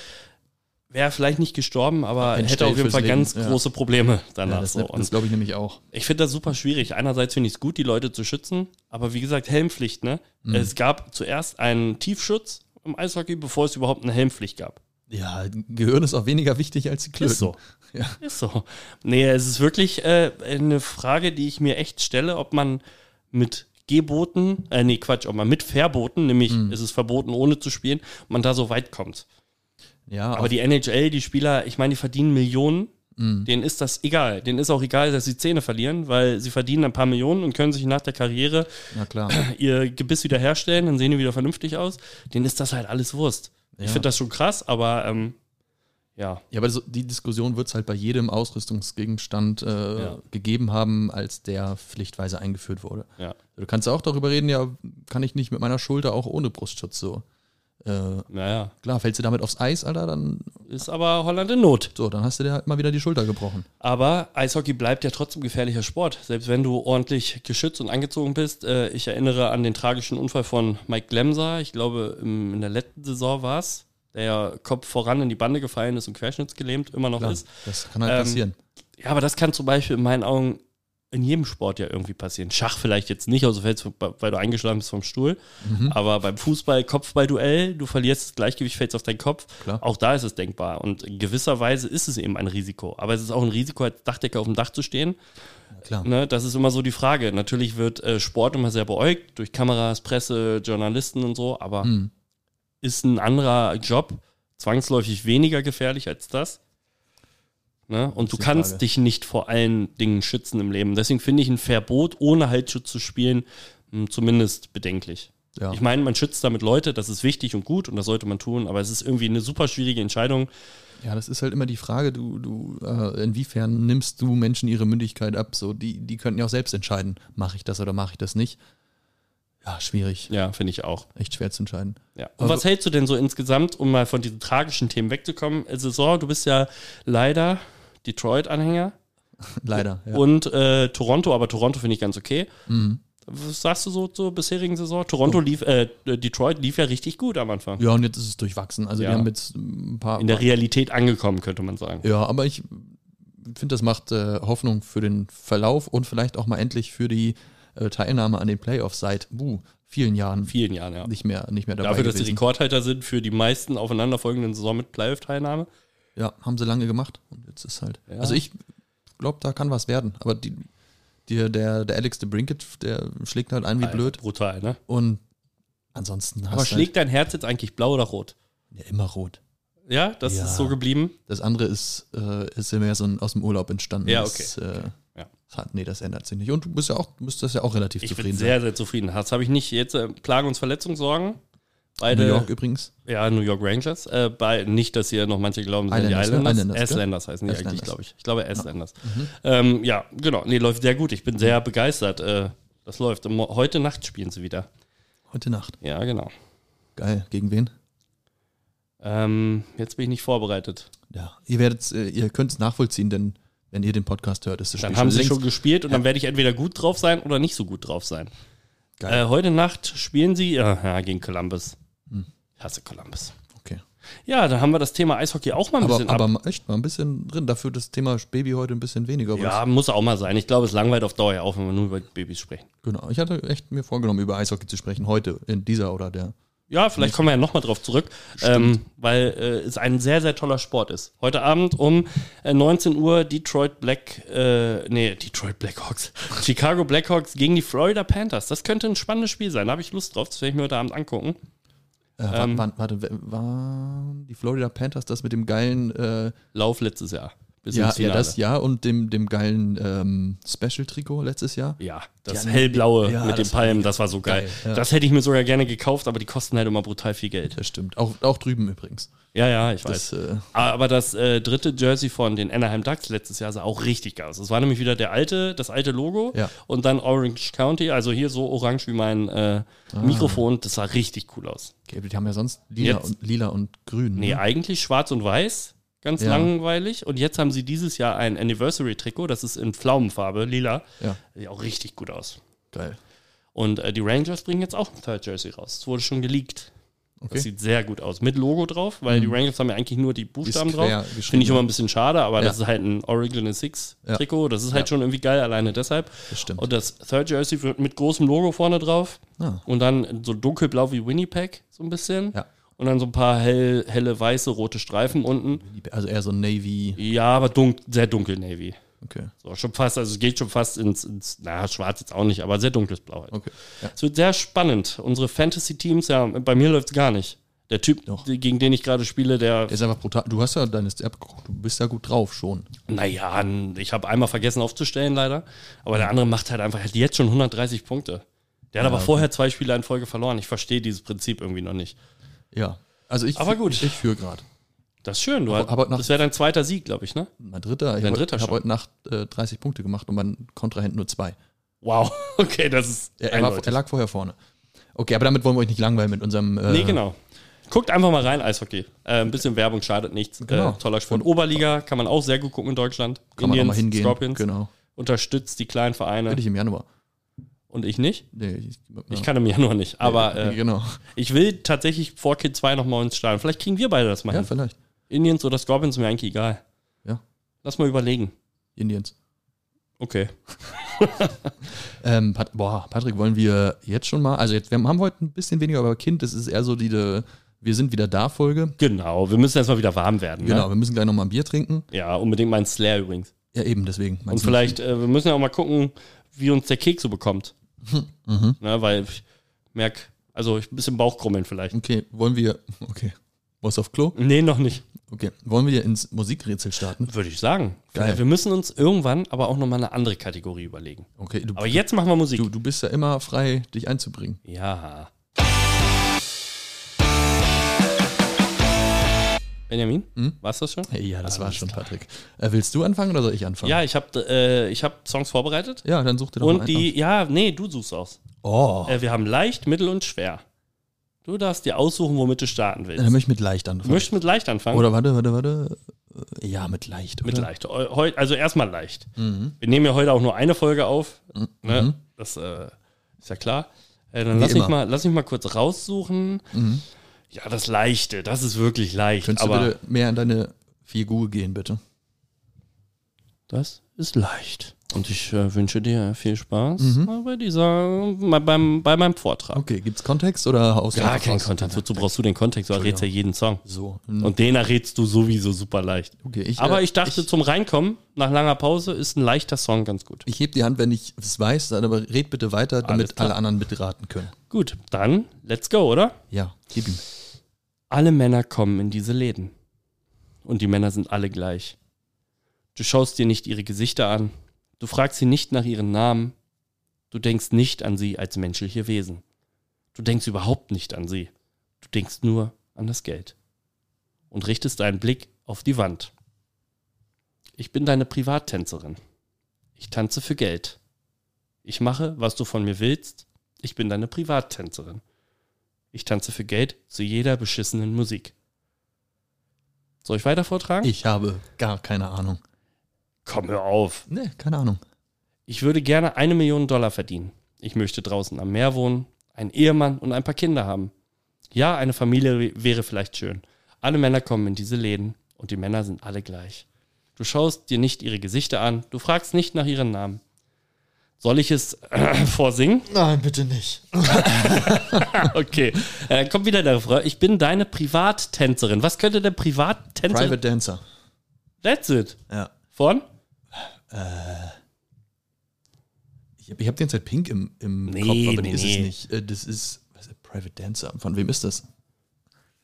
wäre vielleicht nicht gestorben, aber
Ein
hätte auf
Stell
jeden
fürs
Fall
Leben,
ganz
ja.
große Probleme danach.
ja, das,
so. Und
das glaube ich nämlich auch.
Ich finde das super schwierig. Einerseits finde ich es gut, die Leute zu schützen, aber wie gesagt, Helmpflicht, ne?
Mhm.
Es gab zuerst einen Tiefschutz im Eishockey, bevor es überhaupt eine Helmpflicht gab.
Ja, Gehirn ist auch weniger wichtig als die Klöten.
Ist so.
Ja.
Ist so. Nee, es ist wirklich äh, eine Frage, die ich mir echt stelle, ob man mit Geboten, äh, nee, Quatsch, ob man mit Verboten, nämlich es ist verboten, ohne zu spielen, ob man da so weit kommt.
Ja,
Aber die NHL, die Spieler, ich meine, die verdienen Millionen. Denen ist das egal. Denen ist auch egal, dass sie Zähne verlieren, weil sie verdienen ein paar Millionen und können sich nach der Karriere
na klar.
ihr Gebiss wieder herstellen, dann sehen die wieder vernünftig aus. Denen ist das halt alles Wurst.
Ja.
Ich finde das schon krass, aber ähm, ja.
Ja, aber so, die Diskussion wird es halt bei jedem Ausrüstungsgegenstand äh,
Ja.
gegeben haben, als der pflichtweise eingeführt wurde.
ja.
Du kannst ja auch darüber reden, ja, kann ich nicht mit meiner Schulter auch ohne Brustschutz so. Äh,
Naja.
Klar, fällst du damit aufs Eis, Alter, dann,
Ist aber Holland in Not.
so, dann hast du dir halt mal wieder die Schulter gebrochen.
Aber Eishockey bleibt ja trotzdem gefährlicher Sport, selbst wenn du ordentlich geschützt und angezogen bist. Äh, ich erinnere an den tragischen Unfall von Mike Glemser, ich glaube im, in der letzten Saison war es, der ja Kopf voran in die Bande gefallen ist und querschnittsgelähmt immer noch
Klar,
ist.
das kann halt
Ähm,
passieren.
Ja, aber das kann zum Beispiel in meinen Augen in jedem Sport ja irgendwie passieren. Schach vielleicht jetzt nicht, also fällst, du- weil du eingeschlagen bist vom Stuhl. Aber beim Fußball, Kopfballduell, du verlierst das Gleichgewicht, fällst auf deinen Kopf.
Klar.
Auch da ist es denkbar. Und in gewisser Weise ist es eben ein Risiko. Aber es ist auch ein Risiko, als Dachdecker auf dem Dach zu stehen.
Klar.
Ne, das ist immer so die Frage. Natürlich wird äh, Sport immer sehr beäugt durch Kameras, Presse, Journalisten und so, aber
Hm.
ist ein anderer Job zwangsläufig weniger gefährlich als das. Ne? Und du
die
kannst
Frage.
dich nicht vor allen Dingen schützen im Leben. Deswegen finde ich ein Verbot, ohne Halsschutz zu spielen, hm, zumindest bedenklich.
Ja.
Ich meine, man schützt damit Leute, das ist wichtig und gut und das sollte man tun, aber es ist irgendwie eine super schwierige Entscheidung.
Ja, das ist halt immer die Frage, du, du, äh, inwiefern nimmst du Menschen ihre Mündigkeit ab? So, die, die könnten ja auch selbst entscheiden, mache ich das oder mache ich das nicht. Ja, schwierig.
Ja, finde ich auch.
Echt schwer zu entscheiden.
Ja. Und
Also-
was hältst du denn so insgesamt, um mal von diesen tragischen Themen wegzukommen? Saison, du bist ja leider Detroit-Anhänger
Leider. Ja.
und äh, Toronto, aber Toronto finde ich ganz okay.
Mhm.
Was sagst du so zur bisherigen Saison? Toronto lief, äh, Detroit lief ja richtig gut am Anfang.
ja, und jetzt ist es durchwachsen. Also,
Ja.
wir haben jetzt ein paar.
In der Realität angekommen, könnte man sagen.
ja, aber ich finde, das macht äh, Hoffnung für den Verlauf und vielleicht auch mal endlich für die äh, Teilnahme an den Playoffs seit uh, vielen Jahren
In vielen Jahren, ja.
nicht mehr, nicht mehr dabei.
Dafür, dass sie
gewesen.
Rekordhalter sind für die meisten aufeinanderfolgenden Saison mit Playoff-Teilnahme.
Ja, haben sie lange gemacht und jetzt ist halt.
Ja.
Also ich glaube, da kann was werden. Aber die, die, der, der Alex de Brinket, der schlägt halt ein wie
Alter,
blöd.
Brutal, ne?
Und ansonsten
Aber schlägt dein Herz jetzt eigentlich blau oder rot?
halt, ja, immer rot.
Ja, das
Ja.
ist so geblieben.
Das andere ist, äh, ist ja mehr so ein, aus dem Urlaub entstanden.
Ja,
Das, äh,
Ja.
Hat, nee, das ändert sich nicht. Und du bist ja auch, du bist das ja auch relativ
Ich bin
zufrieden.
sehr, sehr zufrieden. Das habe ich nicht. Jetzt äh, Plagen uns Verletzungssorgen. Beide,
New York übrigens.
Ja, New York Rangers. Äh, bei, nicht, dass hier noch manche glauben, sind
Islanders,
die
ne?
Islanders.
Islanders, gell? Mhm.
Islanders heißen die eigentlich,
Islanders.
glaube ich. Ich glaube Islanders. Ähm, ja, genau. Nee, läuft sehr gut. Ich bin sehr begeistert. Äh, das läuft. Mo- Heute Nacht spielen sie wieder.
Heute Nacht.
Ja, genau.
Geil. Gegen wen?
Ähm, jetzt bin ich nicht vorbereitet.
Ja. Ihr werdet, äh, ihr könnt es nachvollziehen, denn wenn ihr den Podcast hört, ist das
Dann haben sie
längst-
schon gespielt und dann werde ich entweder gut drauf sein oder nicht so gut drauf sein.
Geil. Hm.
Äh, heute Nacht spielen sie ja, ja, gegen Columbus. Ich hasse Columbus.
Okay.
Ja, da haben wir das Thema Eishockey auch mal ein
Aber,
bisschen ab.
aber mal- echt mal ein bisschen drin. Dafür das Thema Baby heute ein bisschen weniger. aber
Ja, muss auch mal sein. Ich glaube, es langweilt auf Dauer ja auch, wenn wir nur über Babys sprechen.
Genau, ich hatte echt mir vorgenommen, über Eishockey zu sprechen, heute, in dieser oder der.
Ja, vielleicht kommen wir ja nochmal drauf zurück, ähm, weil äh, es ein sehr, sehr toller Sport ist. Heute Abend um äh, 19 Uhr Detroit Black, äh, nee, Detroit Blackhawks, Chicago Blackhawks gegen die Florida Panthers. Das könnte ein spannendes Spiel sein. Da habe ich Lust drauf. Das werde ich mir heute Abend angucken.
Äh, wa- wann- warte, we- waren die Florida Panthers das mit dem geilen, äh,
Lauf letztes Jahr. Bis
ja,
ins
ja,
Finale.
das Jahr und dem, dem geilen ähm, Special-Trikot letztes Jahr?
Ja, das
Ja, nee,
hellblaue
nee, ja,
mit den
das war
Palmen, das war so geil.
geil, ja.
Das hätte ich mir sogar gerne gekauft, aber die kosten halt immer brutal viel Geld.
Das stimmt. Auch, auch drüben übrigens.
Ja, ja, ich weiß.
Das, äh,
Aber das äh, dritte Jersey von den Anaheim Ducks letztes Jahr sah auch richtig geil aus. Es war nämlich wieder der alte, das alte Logo
Ja.
und dann Orange County, also hier so orange wie mein äh,
Ah.
Mikrofon. Das sah richtig cool aus.
okay, die haben ja sonst lila,
Jetzt-
und, lila und grün.
Nee,
ne?
eigentlich schwarz und weiß, ganz
Ja.
langweilig. Und jetzt haben sie dieses Jahr ein Anniversary-Trikot, das ist in Pflaumenfarbe, lila.
Ja,
Sieht auch richtig gut aus.
geil.
Und äh, die Rangers bringen jetzt auch ein Third Jersey raus. Es wurde schon geleakt.
Okay. Mhm.
Das sieht sehr gut aus. Mit Logo drauf, weil die Rangers haben ja eigentlich nur die Buchstaben
quer
drauf.
geschrieben,
Finde ich
ja.
immer ein bisschen schade, aber
Ja.
das ist halt ein Original Six
Ja.
Trikot. Das ist halt schon irgendwie geil, alleine deshalb.
Das stimmt.
Und das Third Jersey wird mit großem Logo vorne drauf.
Ah.
Und dann so dunkelblau wie Winnipeg, so ein bisschen.
Ja.
Und dann so ein paar hell, helle, weiße, rote Streifen unten.
Also eher so Navy.
Ja, aber dunk sehr dunkel Navy.
Okay.
So, schon fast, also es geht schon fast ins, ins, na, schwarz jetzt auch nicht, aber sehr dunkles Blau halt.
Okay. Ja.
Es wird sehr spannend. Unsere Fantasy-Teams, ja, bei mir läuft es gar nicht. Der Typ,
Doch.
gegen den ich gerade spiele, der,
Der ist einfach brutal. Du hast ja deine App geguckt. Du bist ja gut drauf schon.
naja, n- ich habe einmal vergessen aufzustellen, leider. Aber der andere macht halt einfach hat jetzt schon 130 Punkte. Der hat aber vorher zwei Spiele in Folge verloren. Ich verstehe dieses Prinzip irgendwie noch nicht.
Ja. Also ich
Aber
führ-
gut.
ich führe gerade.
Das ist schön. Du
Aber-
hast-
aber nach-
das wäre dein zweiter Sieg, glaube ich, ne?
Mein dritter. Ich
Dein
habe
dritter
hab
schon.
heute Nacht äh, 30 Punkte gemacht und mein Kontrahent nur zwei.
Wow. Okay, das ist.
Er, er, war,
eindeutig.
er lag vorher vorne. Okay, aber damit wollen wir euch nicht langweilen mit unserem. Äh,
Nee, genau. Guckt einfach mal rein, Eishockey. Äh, ein bisschen Werbung schadet nichts.
Genau.
Äh, toller Sport. Oberliga kann man auch sehr gut gucken in Deutschland.
Kann man auch mal hingehen.
Scorpions.
Genau.
Unterstützt die kleinen Vereine.
Bin ich im Januar.
Und ich nicht.
Nee, ich, ja.
Ich kann im Januar nicht. Aber äh,
genau.
ich will tatsächlich vor Kid 2 nochmal ins Stadion. Vielleicht kriegen wir beide das mal
Ja,
hin.
vielleicht.
Indians oder Scorpions, mir eigentlich egal.
Ja.
Lass mal überlegen.
Indians.
Okay.
ähm, Pat Boah, Patrick, wollen wir jetzt schon mal, also jetzt, wir haben heute ein bisschen weniger über Kind, das ist eher so die, äh, wir sind wieder da Folge.
Genau, wir müssen erstmal wieder warm werden.
Genau,
Ne?
wir müssen gleich nochmal ein Bier trinken.
Ja, unbedingt mal ein Slayer übrigens.
Ja, eben, deswegen.
Und
Meinst du-
vielleicht, äh, wir müssen ja auch mal gucken, wie uns der Keks so bekommt.
Mhm.
Na, weil ich merke, also ich ein bisschen Bauchkrummeln vielleicht.
Okay, wollen wir, okay, was auf Klo?
Nee, noch nicht.
Okay, wollen wir ins Musikrätsel starten?
Würde ich sagen.
Geil.
Wir müssen uns irgendwann aber auch nochmal eine andere Kategorie überlegen.
Okay, du,
Aber jetzt machen wir Musik.
du, du bist ja immer frei, dich einzubringen.
Ja. Benjamin,
Hm?
war's das schon?
Ja, das war schon, Patrick. Äh, willst du anfangen oder soll ich anfangen?
Ja, ich habe äh, ich hab Songs vorbereitet.
Ja, dann such dir doch mal
Und
einen
die, ja, nee, du suchst aus.
aus. Oh,
Äh, wir haben leicht, mittel und schwer. Du darfst dir aussuchen, womit du starten willst.
dann möchte ich mit leicht anfangen.
Möchtest du mit leicht anfangen?
Oder warte, warte, warte. Äh, Ja, mit leicht.
mit
oder?
leicht. Eu- heu- Also erstmal leicht.
Mhm.
Wir nehmen ja heute auch nur eine Folge auf. Ne? Das äh, ist ja klar. Äh, dann
Wie
lass mich,
immer. Mhm.
mal, lass mich mal kurz raussuchen. Ja, das Leichte, das ist wirklich leicht.
Könntest
aber
du bitte mehr in deine Figur gehen, bitte?
Das ist leicht. Und ich äh, wünsche dir viel Spaß äh, bei dieser, bei, beim, bei meinem Vortrag.
Okay, gibt's Kontext oder aus
Gar keinen Kontext. Wozu brauchst du den Kontext? Du errätst ja jeden Song.
So. hm,
Und den errätst du sowieso super leicht.
Okay, Mhm. ich,
Aber
äh,
ich dachte, zum Reinkommen nach langer Pause ist ein leichter Song ganz gut.
Ich heb die Hand, wenn ich es weiß, dann aber red bitte weiter, damit
klar.
alle anderen mitraten können.
Gut, dann let's go, oder?
Ja, gib ihm.
Alle Männer kommen in diese Läden. Und die Männer sind alle gleich. Du schaust dir nicht ihre Gesichter an. Du fragst sie nicht nach ihren Namen. Du denkst nicht an sie als menschliche Wesen. Du denkst überhaupt nicht an sie. Du denkst nur an das Geld. Und richtest deinen Blick auf die Wand. Ich bin deine Privattänzerin. Ich tanze für Geld. Ich mache, was du von mir willst. Ich bin deine Privattänzerin. Ich tanze für Geld zu jeder beschissenen Musik. Soll ich weiter vortragen?
Ich habe gar keine Ahnung.
Komm, hör auf.
Nee, keine Ahnung.
Ich würde gerne eine Million Dollar verdienen. Ich möchte draußen am Meer wohnen, einen Ehemann und ein paar Kinder haben. Ja, eine Familie w- wäre vielleicht schön. Alle Männer kommen in diese Läden und die Männer sind alle gleich. Du schaust dir nicht ihre Gesichter an, du fragst nicht nach ihren Namen. Soll ich es vorsingen?
Nein, bitte nicht.
Okay. Äh, kommt wieder der Refrain. Ich bin deine Privattänzerin. Was könnte der Privattänzerin?
Private Dancer.
That's it.
Ja.
Von?
Ich habe ich hab den Zeit Pink im, im
Nee,
Kopf, aber
nee,
nee, ist
nee.
es nicht. Äh, Das ist was ist Private Dancer. Von wem ist das?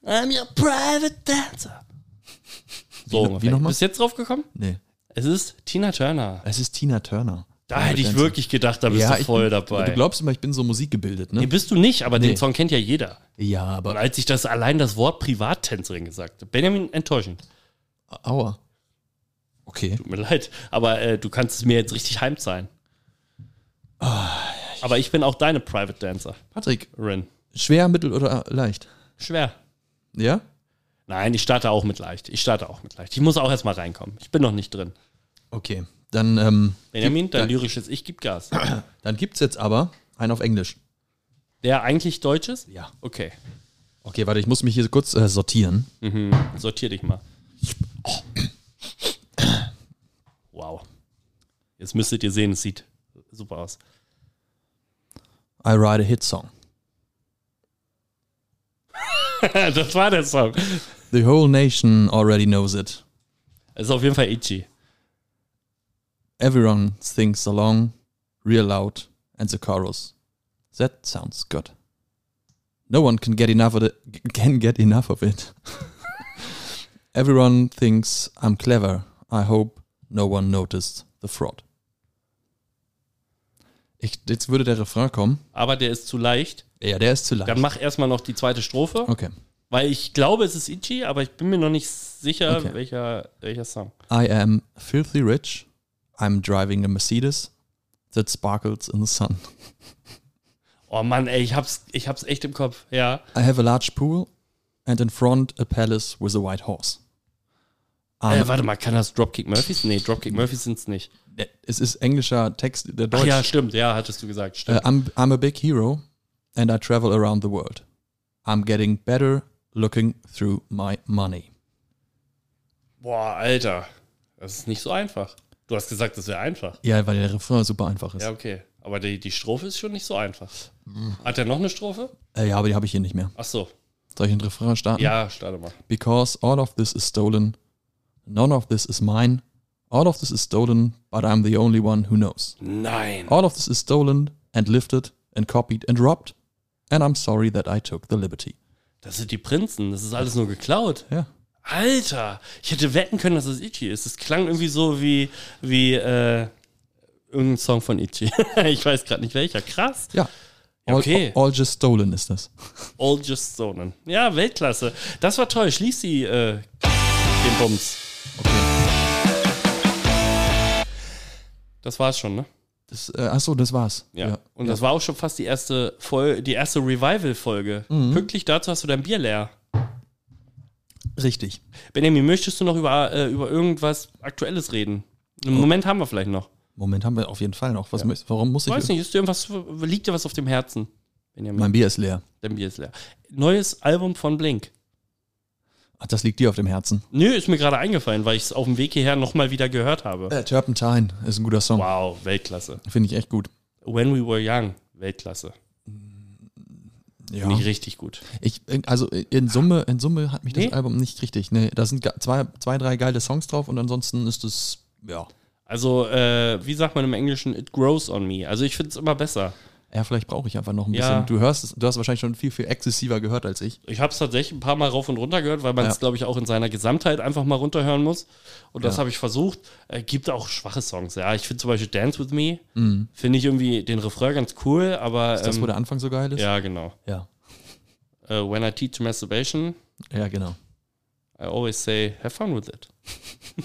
I'm your private dancer. So,
Wie- wie
ungefähr.
nochmal?
Bist du jetzt drauf gekommen?
Nee.
Es ist Tina Turner.
Es ist Tina Turner.
Da hätte ich wirklich gedacht, da bist du
ich
voll
bin,
dabei.
Du glaubst immer, ich bin so musikgebildet,
nee,
ne?
bist du nicht, aber den
Nee.
Song kennt ja jeder.
Ja,
Und
aber
als ich das allein das Wort Privattänzerin gesagt habe, Benjamin, enttäuschend.
aua. Okay.
Tut mir leid, aber äh, du kannst es mir jetzt richtig heimzahlen.
Ah,
aber ich bin auch deine Private Dancerin.
Patrick, schwer, mittel oder leicht?
Schwer.
Ja?
Nein, ich starte auch mit leicht. Ich starte auch mit leicht. Ich muss auch erstmal reinkommen. Ich bin noch nicht drin.
Okay. Dann, ähm,
Benjamin, dein
dann,
lyrisches Ich gibt Gas.
dann gibt's jetzt aber einen auf Englisch.
Der eigentlich deutsch ist?
Ja.
Okay.
Okay, warte, ich muss mich hier kurz äh, sortieren.
Sortier dich mal. Wow. Jetzt müsstet ihr sehen, es sieht super aus.
I write a hit song.
das war der Song.
The whole nation already knows it.
Es ist auf jeden Fall itchy.
Everyone sings along, real loud, and the chorus. That sounds good. No one can get enough of it. Can get enough of it. Everyone thinks I'm clever. I hope no one noticed the fraud. Ich, jetzt würde der Refrain kommen.
Aber der ist zu leicht.
Ja, der ist zu lang.
Dann mach erstmal noch die zweite Strophe,
Okay.
weil ich glaube, es ist itchy, aber ich bin mir noch nicht sicher,
Okay.
welcher, welcher Song.
I am filthy rich. I'm driving a Mercedes that sparkles in the sun.
Oh Mann, ey, ich hab's, ich hab's echt im Kopf. Ja.
I have a large pool and in front a palace with a white horse. Um, I'm,
Äh, warte mal, kann das Dropkick Murphys? Nee, Dropkick Murphys sind's nicht.
es ist englischer Text, der
Ach
Deutsch.
ja, stimmt. Ja, hattest du gesagt. Stimmt.
Äh, I'm, I'm a big hero and I travel around the world. I'm getting better looking through my money.
Boah, Alter. Das ist nicht so einfach. Du hast gesagt, das wäre einfach.
Ja, weil der Refrain super einfach ist.
Ja, okay. Aber die, die Strophe ist schon nicht so einfach. Hat er noch eine Strophe?
Äh, ja aber die habe ich hier nicht mehr.
Ach so.
Soll ich den Refrain starten?
Ja, starte mal.
Because all of this is stolen. None of this is mine. All of this is stolen, but I'm the only one who knows.
Nein.
All of this is stolen and lifted and copied and robbed. And I'm sorry that I took the liberty.
Das sind die Prinzen. Das ist alles nur geklaut.
Ja.
Alter, ich hätte wetten können, dass es Itchy ist. Das klang irgendwie so wie, wie äh, irgendein Song von Itchy. ich weiß gerade nicht welcher. Krass.
Ja. All,
Okay.
all just stolen ist das.
All Just Zonen. Ja, Weltklasse. Das war toll. Schließ die, äh, den Bums. Das war's schon, ne?
das äh, achso, das war's.
Ja. Und das war auch schon fast die erste Folge, die erste Revival-Folge. Pünktlich dazu hast du dein Bier leer.
richtig.
Benjamin, möchtest du noch über, äh, über irgendwas Aktuelles reden? Einen
Oh.
Moment haben wir vielleicht noch.
Moment haben wir auf jeden Fall noch. Was mö- Warum muss ich.
Weiß nicht, ist dir irgendwas, liegt dir was auf dem Herzen? Benjamin,
Mein Bier ist leer.
dein Bier ist leer. Neues Album von Blink.
Ach, das liegt dir auf dem Herzen.
Nö, ist mir gerade eingefallen, weil ich es auf dem Weg hierher nochmal wieder gehört habe.
Äh, Turpentine ist ein guter Song.
Wow, Weltklasse.
Finde ich echt gut.
When We Were Young, Weltklasse.
Ja.
Finde ich richtig gut.
Ich, also in Summe, in Summe hat mich das
Nee?
Album nicht richtig. Nee, da sind ga- zwei, zwei, drei geile Songs drauf und ansonsten ist es, ja.
Also, äh, wie sagt man im Englischen, it grows on me. Also, ich finde es immer besser.
Ja, vielleicht brauche ich einfach noch ein
Ja.
bisschen. Du hörst es, du hast wahrscheinlich schon viel, viel exzessiver gehört als ich.
Ich habe es tatsächlich ein paar Mal rauf und runter gehört, weil man es,
Ja.
glaube ich, auch in seiner Gesamtheit einfach mal runterhören muss. Und das
Ja.
habe ich versucht. Äh, gibt auch schwache Songs. Ja, ich finde zum Beispiel Dance With Me, finde ich irgendwie den Refrain ganz cool, aber.
Mhm. Ist das, wo der Anfang so geil ist?
Ähm, ja, genau.
Ja,
Äh, when I teach masturbation,
Ja, genau.
I always say, have fun with it.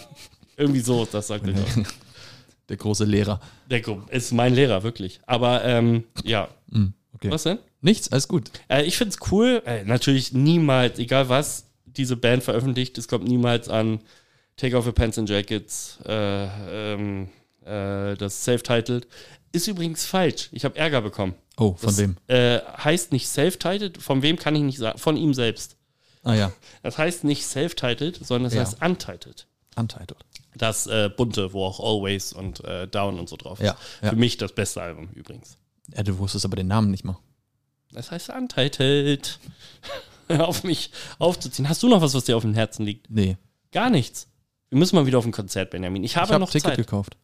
irgendwie so, das sagt er. glaub ich.
der große Lehrer.
Deco ist mein Lehrer, wirklich. Aber ähm, ja.
Mhm, okay.
Was denn?
Nichts, alles gut.
Äh, ich find's cool. Äh, natürlich niemals, egal was diese Band veröffentlicht, es kommt niemals an Take Off Your Pants and Jackets, äh, ähm, äh, das Self-Titled. Ist übrigens falsch. Ich habe Ärger bekommen.
Oh, von
das,
wem?
Äh, heißt nicht Self-Titled. Von wem kann ich nicht sagen? Von ihm selbst.
Ah ja,
Das heißt nicht Self-Titled, sondern es
Ja.
heißt Untitled.
Untitled.
Das äh, bunte, wo auch Always und äh, Down und so drauf
Ja,
ist.
ja.
Für mich das beste Album übrigens.
Ja, du wusstest aber den Namen nicht mal.
Das heißt Untitled. auf mich aufzuziehen. Hast du noch was, was dir auf dem Herzen liegt?
Nee,
Gar nichts. Wir müssen mal wieder auf ein Konzert, Benjamin. Ich habe
ich habe
noch
Ticket
Zeit.
gekauft.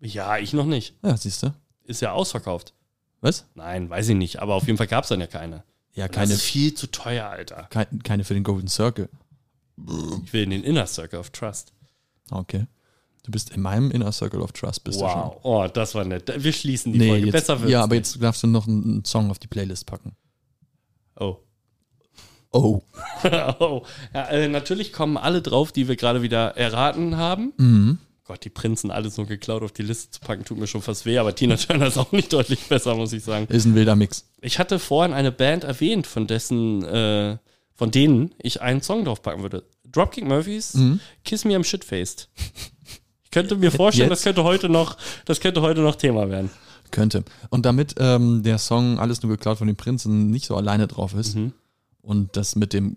Ja, ich noch nicht.
Ja, siehst du.
Ist ja ausverkauft.
Was?
Nein, weiß ich nicht. Aber auf jeden Fall gab es dann ja keine.
Ja,
Das
keine,
ist viel zu teuer, Alter.
kein, keine für den Golden Circle.
Ich will in den Inner Circle of Trust.
Ah, Okay. Du bist in meinem Inner Circle of Trust, bist du schon.
Wow. Oh, das war nett. Wir schließen die Folge.
jetzt,
Besser wird's.
ja, aber jetzt darfst du noch einen einen Song auf die Playlist packen.
Oh.
Oh.
oh. Ja, äh, natürlich kommen alle drauf, die wir gerade wieder erraten haben.
Mhm.
Gott, die Prinzen alles nur geklaut auf die Liste zu packen, tut mir schon fast weh, aber Tina Turner ist auch nicht deutlich besser, muss ich sagen.
Ist ein wilder Mix.
Ich hatte vorhin eine Band erwähnt, von dessen, äh, von denen ich einen Song draufpacken würde. Dropkick Murphys, Kiss Me I'm Shitfaced. Ich könnte mir vorstellen, das
Mhm. Jetzt?
könnte heute noch, das könnte heute noch Thema werden.
Könnte. Und damit ähm, der Song Alles nur geklaut von den Prinzen nicht so alleine drauf ist
Mhm.
und das mit dem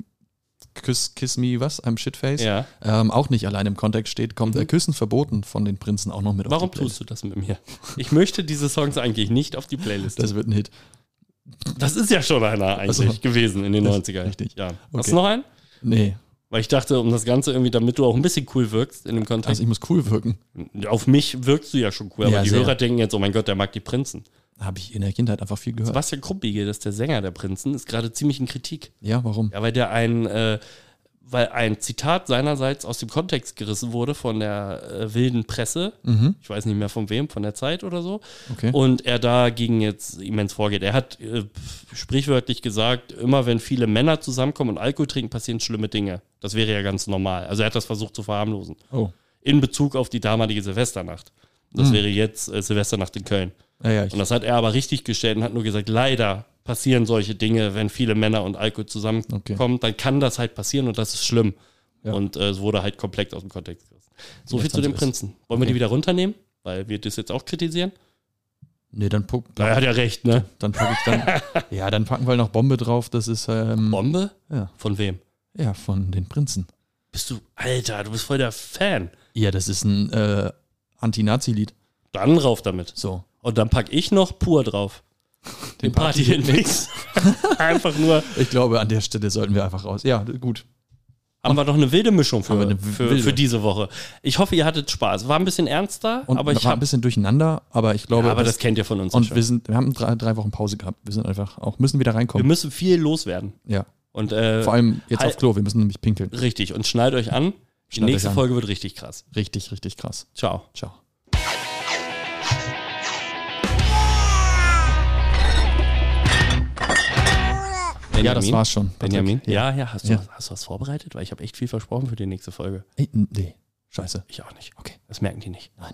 Kiss, Kiss Me, was, einem Shitface,
Ja. Mhm.
ähm, auch nicht allein im Kontext steht, kommt äh, Küssen verboten von den Prinzen auch noch mit
Warum
auf die Playlist.
tust du das mit mir? Ich möchte diese Songs eigentlich nicht auf die Playlist. Das,
Das wird ein Hit.
ist ja schon einer eigentlich
Also,
gewesen in den
das-
90er
richtig.
Jahren. Hast
Okay.
du noch einen?
Nee,
Weil ich dachte, um das Ganze irgendwie, damit du auch ein bisschen cool wirkst in dem Kontext.
also ich muss cool wirken.
Auf mich wirkst du ja schon cool, aber
Also Ja,
die
sehr.
Hörer denken jetzt, oh mein Gott, der mag die Prinzen.
Habe ich in der Kindheit einfach viel gehört.
Sebastian Krumbiegel, das ist der Sänger der Prinzen, ist gerade ziemlich in Kritik.
Ja, warum?
Ja, weil der ein, äh, weil ein Zitat seinerseits aus dem Kontext gerissen wurde von der äh, wilden Presse.
Mhm.
Ich weiß nicht mehr von wem, von der Zeit oder so.
Okay.
Und er dagegen jetzt immens vorgeht. Er hat äh, pf- sprichwörtlich gesagt, immer wenn viele Männer zusammenkommen und Alkohol trinken, passieren schlimme Dinge. Das wäre ja ganz normal. Also er hat das versucht zu verharmlosen
Oh.
in Bezug auf die damalige Silvesternacht. Und Das wäre jetzt äh, Silvesternacht in Köln.
Ja, ja, ich,
Und das hat er aber richtig gestellt und hat nur gesagt, leider passieren solche Dinge, wenn viele Männer und Alkohol zusammenkommen,
Okay.
dann kann das halt passieren und das ist schlimm.
Ja.
Und äh, es wurde halt komplett aus dem Kontext gerissen. So
Wie
viel
das
zu
dann so
den
ist.
Prinzen. Wollen wir die wieder runternehmen? Weil wir das jetzt auch kritisieren?
nee, dann, pu-
Da hat er recht, ne?
dann packe ich dann. ja, dann packen wir noch Bombe drauf. Das ist ähm,
Bombe?
Ja.
Von wem?
ja von den Prinzen.
Bist du, Alter, du bist voll der Fan.
Ja, das ist ein äh, Anti-Nazi-Lied.
Dann rauf damit.
So.
Und dann packe ich noch pur drauf. Den, Party, Party Mix. Einfach nur.
Ich glaube, an der Stelle sollten wir einfach raus. Ja, gut.
Haben wir noch eine wilde Mischung für,
wir eine
für,
wilde.
für diese Woche. Ich hoffe, ihr hattet Spaß. War ein bisschen ernster,
Und
aber ich
war ein
habe.
bisschen durcheinander, aber ich glaube,
Aber
das-
das kennt ihr von uns.
und
schon.
wir sind, wir haben drei, drei Wochen Pause gehabt. Wir sind einfach auch, müssen wieder
wir
reinkommen.
müssen viel loswerden.
ja.
Und äh,
Vor allem jetzt
halt-
auf Klo, wir müssen nämlich pinkeln.
richtig. Und schnallt euch an. Die
Schnallt
nächste
euch an.
Folge wird richtig krass.
Richtig, richtig krass.
Ciao.
Ciao. Ja, das war's schon. Patrick.
Benjamin? Ja, ja, hast du,
Ja.
hast du was vorbereitet? Weil ich habe echt viel versprochen für die nächste Folge.
Ey, nee, scheiße.
Ich auch nicht.
Okay.
Das merken die nicht.
Nein.